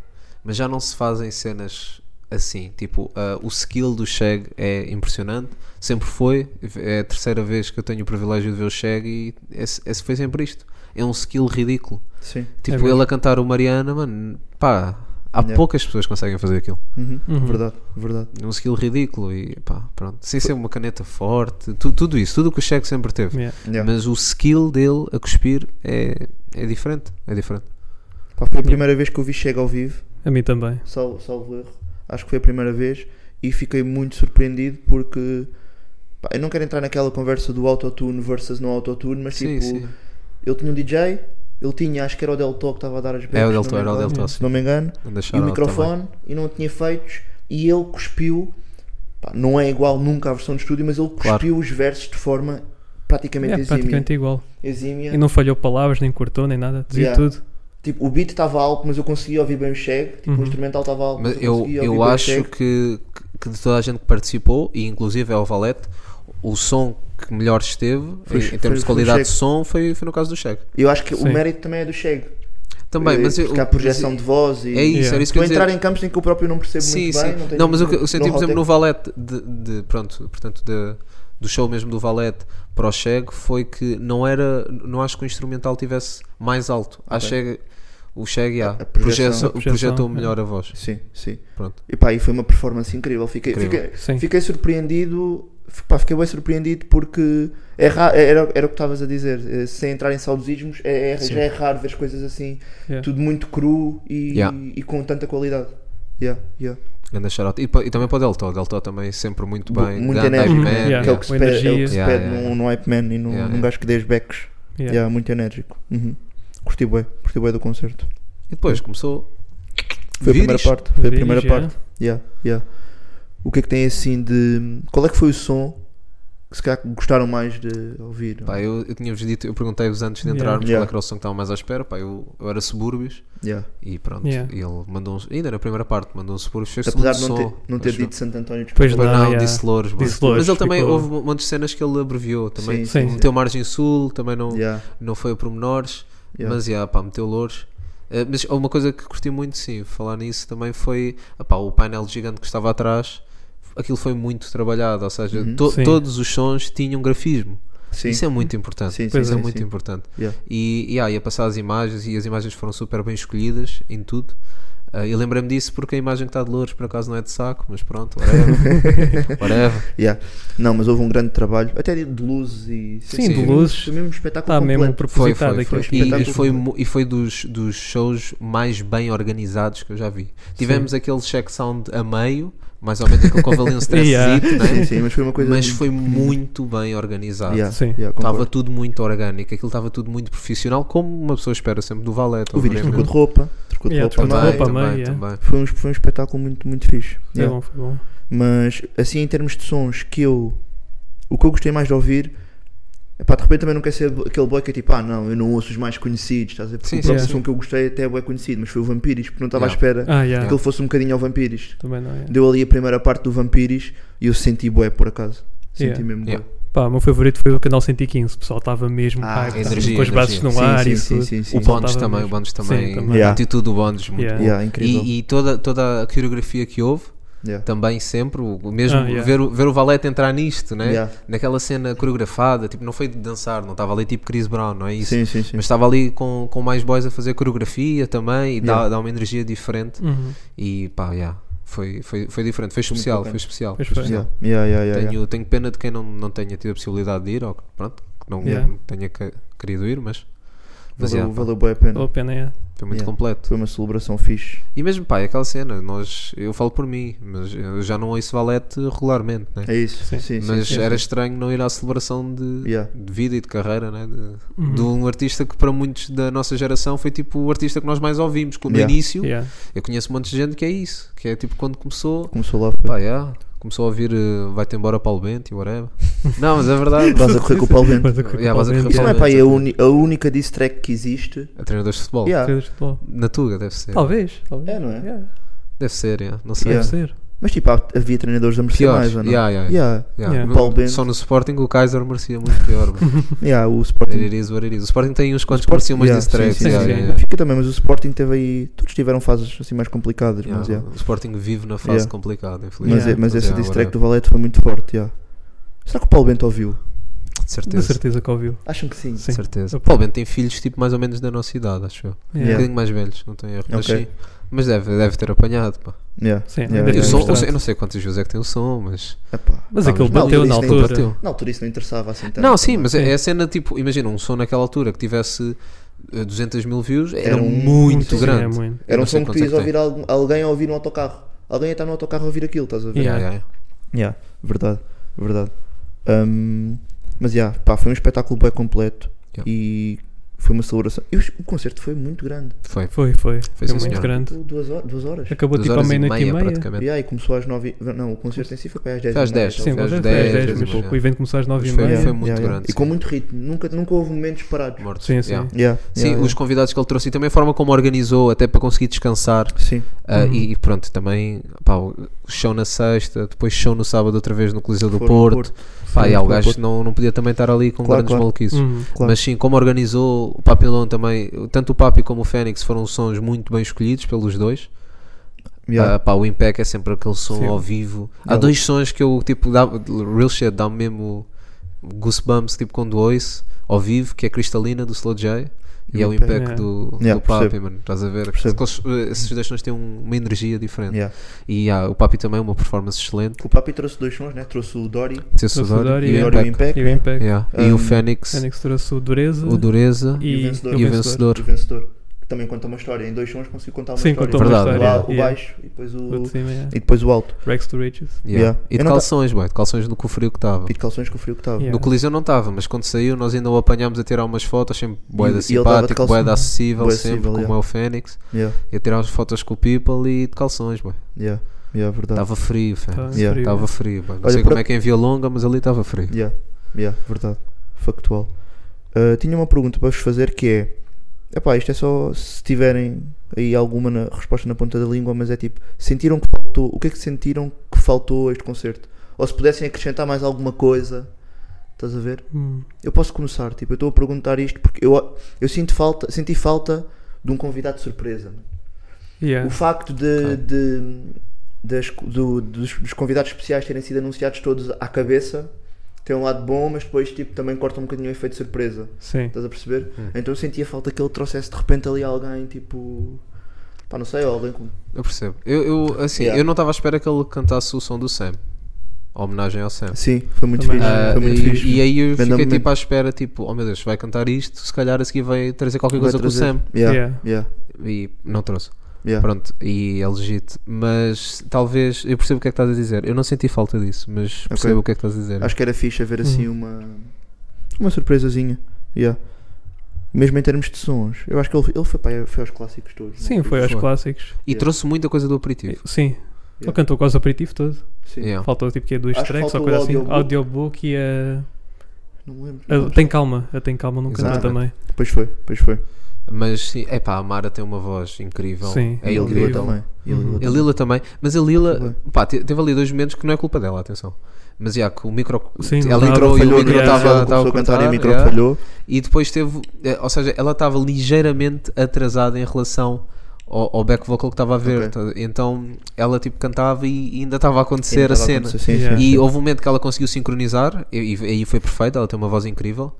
H: Mas já não se fazem cenas assim. Tipo, ah, o skill do Cheg é impressionante, sempre foi. É a terceira vez que eu tenho o privilégio de ver o Cheg e esse, esse foi sempre isto. É um skill ridículo.
F: Sim.
H: Tipo,
G: mesmo.
H: ele a cantar o Mariana, mano, pá, há
F: Yeah.
H: poucas pessoas que conseguem fazer aquilo.
F: Uhum.
G: Uhum.
F: Verdade, verdade.
H: É um skill ridículo e pá, pronto. Sem ser uma caneta forte, tu- tudo isso, tudo o que o Cheg sempre teve.
G: yeah.
F: Yeah.
H: Mas o skill dele a cuspir é, é diferente. É diferente.
F: Pá, foi a primeira vez que eu vi Shag ao vivo.
G: A mim também.
F: salvo, salvo erro, acho que foi a primeira vez e fiquei muito surpreendido porque pá, eu não quero entrar naquela conversa do autotune versus não autotune, mas
H: Sim,
F: tipo,
H: sim.
F: eu tinha um DJ, ele tinha, acho que era o Del Toro que estava a dar as
H: É o
F: breaks,
H: Del
F: se
H: Toro,
F: não
H: era
F: me
H: o Del
F: engano,
H: Toro.
F: se não me engano,
H: Manda
F: e o
H: shout-out também.
F: microfone e não tinha feitos e ele cuspiu, pá, não é igual nunca à versão de estúdio, mas ele cuspiu
H: Claro.
F: os versos de forma
G: É
F: praticamente exímia.
G: praticamente igual.
F: exímia.
G: E não falhou palavras, nem cortou, nem nada. Dizia
F: Yeah.
G: tudo.
F: Tipo, o beat estava alto, mas eu conseguia ouvir bem o chegue, tipo,
G: Uhum.
F: o instrumental estava alto,
H: Mas
F: mas eu,
H: eu,
F: conseguia ouvir
H: eu
F: bem o
H: acho
F: chegue.
H: que, que- que de toda a gente que participou, e inclusive ao Valete, o som que melhor esteve
F: Foi-
H: em, em
F: foi-
H: termos de
F: foi o
H: qualidade de
F: Checo.
H: som foi, foi no caso do Cheque.
F: Eu acho que
G: Sim.
F: o mérito também é do Chego.
H: Também, mas eu.
F: Porque há projeção de voz e.
H: É isso,
G: Yeah.
H: era isso que eu
F: Estou
H: ia
F: a entrar
H: dizer.
F: em campos em que eu próprio não percebo
H: Sim,
F: muito
H: sim.
F: bem. Não, tenho
H: não, mas o que eu
F: muito
H: senti, por
F: know-how
H: exemplo, no Valete, de, de- pronto, portanto, de- do show mesmo do Valete para o Chego, foi que não era. Não acho que o instrumental tivesse mais alto. Acho que é o Chego, yeah,
F: A projeção.
H: projeta-
G: A projeção,
H: projetou
G: é.
H: melhor a voz.
F: técnico. Sim, sim.
H: Pronto.
F: E pá, e foi uma performance incrível. Fiquei,
H: Incrível.
F: Fiquei,
G: Sim.
F: fiquei surpreendido. f- Pá, fiquei bem surpreendido porque é ra- era, era o que estavas a dizer. eh, Sem entrar em saudosismos, é, é- já é raro ver as coisas assim.
G: Yeah.
F: Tudo muito cru e,
H: Yeah.
F: e com tanta qualidade. Yeah, yeah.
H: Grande shout-out. E, pa- e também para o Delto. O Delto também sempre muito
F: Bu-
H: bem.
F: muito
H: grande
F: enérgico.
H: Iron Man,
G: Uhum. Yeah.
F: Que é o que se
G: Com
F: pede, é o
G: energia.
F: que se
H: Yeah,
F: pede
H: yeah,
F: num, num hype man e num,
H: Yeah,
F: num
H: yeah.
F: gajo que dê os backs.
G: Yeah.
F: Yeah, muito enérgico. Uhum. Curti bem, curti bem do concerto.
H: E depois começou.
F: Foi a
H: vir
F: primeira
H: isto.
F: parte. Foi a
G: Vir
F: primeira
G: já.
F: parte. Yeah, yeah. O que é que tem assim de. Qual é que foi o som que se calhar gostaram mais de ouvir?
H: Pá, eu, eu tinha-vos dito, eu perguntei-vos antes de
G: Yeah.
H: entrarmos
F: Yeah.
H: qual é que era o som que estava mais à espera. Pá, eu, eu era subúrbios
F: Yeah.
H: e pronto.
G: Yeah.
H: E ele mandou uns. Ainda na primeira parte, mandou um subúrbios. Fez
F: Apesar de
H: segundo
F: não
H: som,
F: ter, não ter
H: acho eu.
F: dito Santo António dos
G: Pois
H: Pois não,
G: yeah.
H: disse Louros. mano.
G: Disse Louros,
H: Mas ele também.
G: ficou-
H: Houve um monte de cenas que ele abreviou também. um
F: Sim, sim,
G: Sim.
H: Meteu Margem Sul, também não,
F: Pires. Yeah,
H: não foi a pormenores.
F: yeah.
H: Mas yeah, pá, meteu Louros. Eh, mas uma coisa que curti muito, sim, falar nisso também foi epá, o painel gigante que estava atrás. Aquilo foi muito trabalhado, ou seja, to-
G: Sim.
H: todos os sons tinham grafismo.
F: Uhum. Sim.
H: Isso é muito importante.
F: Sim,
H: Isso
F: sim,
H: é
F: sim,
H: muito
F: sim.
H: importante.
F: Yeah.
H: E, e ah, ia passar as imagens e as imagens foram super bem escolhidas em tudo. Ah, eu lembrei-me disso porque a imagem que está de Louros por acaso não é de saco, mas pronto,
F: [LAUGHS]
H: whatever. whatever.
F: Yeah. Não, mas houve um grande trabalho, até de luzes e.
G: Sim,
H: sim.
G: de
F: Foi
G: luzes.
F: mesmo um espetáculo
G: Está mesmo
F: completo.
H: Foi,
G: propositado
H: foi,
G: aquilo.
H: foi.
F: aquele
H: E, e
F: espetáculo.
H: foi, mu- e foi dos, dos shows mais bem organizados que eu já vi. Tivemos aquele check sound a meio, mais ou menos aquele que houve
G: [LAUGHS]
H: ali um stressito,
G: Yeah.
H: né?
F: Sim, sim, mas foi uma coisa.
H: mas foi muito bem organizado.
F: Yeah,
G: Sim.
F: yeah,
H: Estava
F: concordo.
H: tudo muito orgânico, aquilo estava tudo muito profissional, como uma pessoa espera sempre do Valete.
F: O Vinícius trocou de
H: obviamente.
F: roupa. Trocou de roupa.
G: Yeah, trocou de
F: também.
G: roupa.
H: também,
G: meio, é.
H: também.
F: Foi um, foi um espetáculo muito, muito fixe.
G: Foi
F: Yeah.
G: bom, foi bom.
F: Mas assim em termos de sons que eu o que eu gostei mais de ouvir epá, de repente também não quer ser aquele boy que é tipo ah não, eu não ouço os mais conhecidos estás a ver? Porque
H: Sim,
F: o próprio
G: sim,
F: som que eu gostei até é bué conhecido mas foi o Vampiris porque não estava
H: Yeah.
F: à espera
G: Ah,
F: que
G: yeah.
F: ele fosse um bocadinho ao Vampiris
G: Também não é.
F: deu ali a primeira parte do Vampiris e eu senti bué por acaso senti
G: Yeah.
F: mesmo bué.
H: Yeah.
G: Pá, o meu favorito foi o canal 115. O pessoal estava mesmo
F: Ah,
G: hype,
H: energia,
G: com os braços
H: energia.
G: no ar
F: sim,
G: e
F: sim,
G: tudo.
F: sim, sim,
H: O
F: sim.
G: Bond.
H: Bondes
G: estava
H: também,
G: mesmo.
H: o Bondes também,
G: Sim, também.
H: a
F: Yeah.
H: atitude do Bondes, muito
G: Yeah.
H: boa.
F: Yeah, incrível
H: E, e toda, toda a coreografia que houve,
F: Yeah.
H: também sempre, o o mesmo
G: Ah, yeah.
H: ver, o- ver o Valete entrar nisto, né?
F: Yeah.
H: naquela cena coreografada, tipo, não foi de dançar, não estava ali tipo Chris Brown, não é isso?
F: sim, sim, sim.
H: Mas estava ali com, com mais boys a fazer coreografia também e dá,
F: Yeah.
H: dá uma energia diferente.
G: Uhum.
H: E pá, yeah, foi, foi, foi diferente, foi especial, foi
F: bacana.
H: especial.
G: Pois
H: foi
G: foi.
H: especial.
F: Yeah, yeah, yeah, yeah, yeah.
H: Tenho, tenho pena de quem não, não tenha tido a possibilidade de ir, ou que, pronto, que não
G: Yeah.
H: não tenha que- querido ir, mas, mas
F: valeu,
H: yeah, pá,
F: valeu bué a pena
G: Valeu a pena, é.
H: foi muito
F: Yeah.
H: completo.
F: foi uma celebração fixe
H: E mesmo, pá, é aquela cena, nós, eu falo por mim, mas eu já não ouço valete regularmente, né?
F: é isso
G: Sim.
F: sim, sim,
H: mas
F: sim,
H: era estranho não ir à celebração de,
F: Yeah.
H: de vida e de carreira, né? De,
G: Uhum.
H: de um artista que para muitos da nossa geração foi tipo o artista que nós mais ouvimos. que No
F: Yeah.
H: início,
G: Yeah.
H: eu conheço um monte de gente que é isso, que é tipo quando começou,
F: começou lá
H: pá, yeah, começou a ouvir eh, Vai-te embora Paulo Bento e whatever. não, mas é verdade.
F: Vais a correr com o Paulo
G: [LAUGHS]
F: Bento
G: Mas eu curto
H: Yeah, mas eu
G: totalmente.
F: isso não é
H: Paulo
F: pá, aí a,
H: Bento.
F: uni- a única diss track que existe
H: [LAUGHS] A treinador de futebol.
F: Yeah.
G: Três de futebol.
H: Na Tuga, deve ser.
G: Talvez, talvez.
F: Ah. É, não é?
G: Yeah.
H: Deve ser, yeah. não sei.
G: Deve
F: Yeah.
G: ser.
F: Mas tipo, há- havia treinadores a merecer
H: Piores,
F: mais, ou não?
H: yeah, yeah,
F: Yeah,
H: Yeah.
G: Yeah.
H: No-
F: Paulo Bento.
H: Só no Sporting o Kaiser merecia muito pior. bro.
F: yeah, o
H: It
F: Sporting.
H: is what it is. O Sporting tem uns quantos que mereciam umas
F: Yeah,
H: diss tracks,
F: sim, sim,
H: yeah,
F: sim.
H: yeah,
G: sim.
H: yeah.
F: Fica também, mas o Sporting teve aí. Todos tiveram fases assim mais complicadas,
H: Yeah,
F: mas yeah.
H: O Sporting vive na fase
F: Yeah.
H: complicada, infelizmente.
F: Mas, é- mas essa
H: yeah,
F: diss track
H: whatever.
F: do Valete foi muito forte, yeah. Será que o Paulo Bento ouviu?
H: De certeza.
G: De certeza que ouviu.
F: Acham que sim.
H: De
G: Sim.
H: certeza. Paulo Bento tem filhos tipo mais ou menos da nossa idade, acho eu. Um
G: Yeah.
F: Yeah.
H: bocadinho mais velhos, não tenho erro. Mas
F: Ok. É,
H: sim. Mas deve, deve ter apanhado, pá.
F: Yeah.
G: Sim,
F: yeah,
G: ainda
H: E o
G: tem
H: som-
G: bastante.
H: o som- eu não sei quantos views é que tem o som, mas.
F: Epá.
G: Mas
H: Pá,
G: aquele
F: mas não,
G: bateu
F: isso
G: na
F: nem
G: altura.
H: bateu.
F: Na altura isso não interessava assim tanto.
H: não, sim, mas é,
G: Sim.
H: é a cena tipo. Imagina um som naquela altura que tivesse eh, 200 mil views, era,
F: Era um-
H: muito
G: Sim,
H: grande.
G: é muito.
F: Era
H: não
F: um
H: sei
F: som que tu
H: quantos é
F: ias
H: que
F: ouvir algum- alguém a ouvir no autocarro. Alguém a estar no autocarro a ouvir aquilo, estás a ver?
G: Yeah.
H: Yeah, yeah, yeah.
F: Yeah, verdade, verdade. Um, mas yeah, pá, foi um espetáculo bem completo
H: Yeah.
F: e foi uma celebração. E os- o concerto foi muito grande.
H: Foi.
G: Foi, foi. Foi,
H: sim,
G: muito
H: senhor.
G: grande.
F: Tipo, duas horas. Duas horas.
G: Acabou
H: Duas
G: tipo à
H: horas e
G: meia-noite e meia.
H: praticamente.
F: Yeah, e começou às nove. e- Não, o concerto em si foi para aí às dez.
H: Foi às
F: e meia,
H: 10,
F: talvez.
G: Sim,
H: Foi
G: mas
H: às
G: foi às
H: 10,
G: 10
H: mas
G: e pouco.
H: já.
G: O evento começou às 9 e
H: Mas foi-
G: meia.
H: foi muito grande,
F: E com
H: sim.
F: muito ritmo, nunca, nunca houve momentos parados.
H: Mortos.
G: Sim, sim.
H: Yeah.
F: Yeah,
H: Sim,
F: yeah,
H: os
F: yeah.
H: convidados que ele trouxe e também a forma como organizou, até para conseguir descansar.
F: Sim,
H: Ah, e,
F: Uhum.
H: e pronto, também pá, o show na sexta, depois show no sábado outra vez no Coliseu do
F: Foram no
H: Porto.
F: Porto.
H: Pá,
F: Sim,
H: e, ah, o
F: foram no
H: gajo
F: Porto.
H: não, não podia também estar ali com
F: Claro,
H: grandes
F: claro. Hum,
H: maluquices.
G: Uhum.
F: claro.
H: Mas sim, como organizou o Papilão também, tanto o Papi como o Fênix foram sons muito bem escolhidos pelos dois.
F: Yeah.
H: Ah, pá, o Impec é sempre aquele som ao vivo. Há
F: Não.
H: dois sons que eu tipo, dá, real shit, dá-me mesmo goosebumps tipo quando ouço ao vivo, que é Cristalina do Slow J. E
F: E
H: é
F: o
H: o
F: Impec.
H: Impec
G: Yeah.
H: do,
F: Yeah,
H: do Papi,
F: percebo.
H: mano. Estás a ver?
F: Percebo.
H: Aqueles- Esses dois sons têm um- uma energia diferente.
F: Yeah.
H: E ah, o Papi também, uma performance excelente.
F: O Papi trouxe dois sons, né? Trouxe o Dory,
H: Seu Sudor
G: Sudor
H: e
F: o
H: o
F: Dory e o
H: Impec.
F: Impact,
G: E o
F: né?
G: Impact.
H: Yeah. E
F: Um, uh,
H: o Fênix,
G: Fênix trouxe o Dureza.
H: o Dureza
G: E,
F: o vencedor.
H: e o vencedor.
F: o vencedor, que também conta uma história. Em dois sons conseguiu contar uma
G: Sim,
F: história.
G: contou uma
H: Verdade.
F: O,
G: história.
F: ba- o
G: Yeah.
F: baixo e depois o,
G: O de cima, yeah.
F: e depois o alto.
G: Rex to Riches.
H: Yeah.
F: Yeah.
H: E de
F: Eu não ta-
H: calções, boy, de calções no que o frio que estava.
F: E de calções com o frio que estava.
G: Yeah.
H: No Coliseu não estava, mas quando saiu nós ainda o apanhámos a tirar umas fotos, sempre boeda
F: ele tava de
H: simpático,
F: calção-
H: boeda acessível,
F: bué
H: sempre,
F: acessível,
H: como
F: yeah.
H: é o Fênix.
F: Yeah.
H: E a tirar umas fotos com o People e de calções, boy.
F: Yeah, yeah, verdade.
H: Estava frio,
G: Tá,
H: Fênix.
F: Yeah.
G: frio.
H: Estava frio, boy. Não
F: Olha,
H: sei
F: por
H: como
F: a-
H: é que envia longa, mas ali estava frio.
F: Yeah, yeah, verdade. Factual. Ah, tinha uma pergunta para vos fazer que é. Epá, isto é só se tiverem aí alguma na- resposta na ponta da língua, mas é tipo, sentiram que faltou. O que é que sentiram que faltou a este concerto? Ou se pudessem acrescentar mais alguma coisa, estás a ver?
G: Hum.
F: Eu posso começar, tipo, eu estou a perguntar isto porque eu, eu sinto falta, senti falta de um convidado de surpresa. mano.
G: Yeah.
F: O facto de, de- das- do- dos, dos convidados especiais terem sido anunciados todos à cabeça tem um lado bom, mas depois tipo, também corta um bocadinho o efeito de surpresa.
G: Sim.
F: Estás a perceber?
G: Hum.
F: Então eu sentia falta que ele trouxesse de repente ali alguém tipo. Pá, não sei, alguém com.
H: Eu percebo. Eu, eu, assim,
F: Yeah.
H: eu não estava à espera que ele cantasse o som do Sam. A homenagem ao Sam.
F: Sim, foi muito
G: Também.
F: fixe.
H: Ah,
F: foi muito
H: e,
F: fixe.
H: e aí eu
F: Grande
H: fiquei
F: momento.
H: tipo à espera, tipo, oh meu Deus, vai cantar isto, se calhar a seguir vai trazer qualquer
F: Vai
H: coisa com o
F: trazer.
H: Sam.
F: Yeah,
G: Yeah.
F: yeah,
H: E não trouxe.
F: yeah.
H: Pronto, e é legítimo. Mas talvez, eu percebo o que é que estás a dizer. Eu não senti falta disso, mas percebo o que é que estás a dizer.
F: Acho que era fixe haver
G: Hum.
F: assim uma. Uma surpresazinha. Yeah. Mesmo em termos de sons. Eu acho que ele, ele foi, pá, foi aos clássicos todos. não é?
G: Sim, foi aos
H: Foi.
G: clássicos.
H: E trouxe muita coisa do aperitivo.
G: Sim. Ele cantou quase o aperitivo todo.
F: Sim.
H: Yeah.
G: Faltou tipo que é dois
F: Acho que
G: tracks ou
F: faltou
G: coisa
F: o
G: assim.
F: audiobook.
G: Audiobook e a.
F: Não me lembro.
G: a-
F: Não,
G: tem calma, a Tem Calma não cantou também.
F: Exatamente. Pois foi, pois foi.
H: Mas sim, é pá, a Mara tem uma voz incrível.
G: Sim,
H: a
F: E
G: ele
H: Ilila
G: incrível.
H: também.
F: E ele
H: A Lila também, mas a Lila pá, te- teve ali dois momentos que não é culpa dela, atenção. Mas já que o micro.
G: Sim,
H: ela
G: ela
H: entrou e o
G: falhou,
H: micro
G: yeah.
H: estava
F: Ela
H: estava
F: começou a cantar e o micro
H: yeah.
F: falhou.
H: E depois teve. eh, Ou seja, ela estava ligeiramente atrasada em relação ao, ao back vocal que estava a ver. Tá- Então ela tipo cantava e ainda estava a acontecer
F: Sim,
H: a
F: estava
H: cena.
F: acontecer, Sim,
G: Yeah.
F: sim,
H: E
F: sim.
H: houve um momento que ela conseguiu sincronizar e, e aí foi perfeito, ela tem uma voz incrível.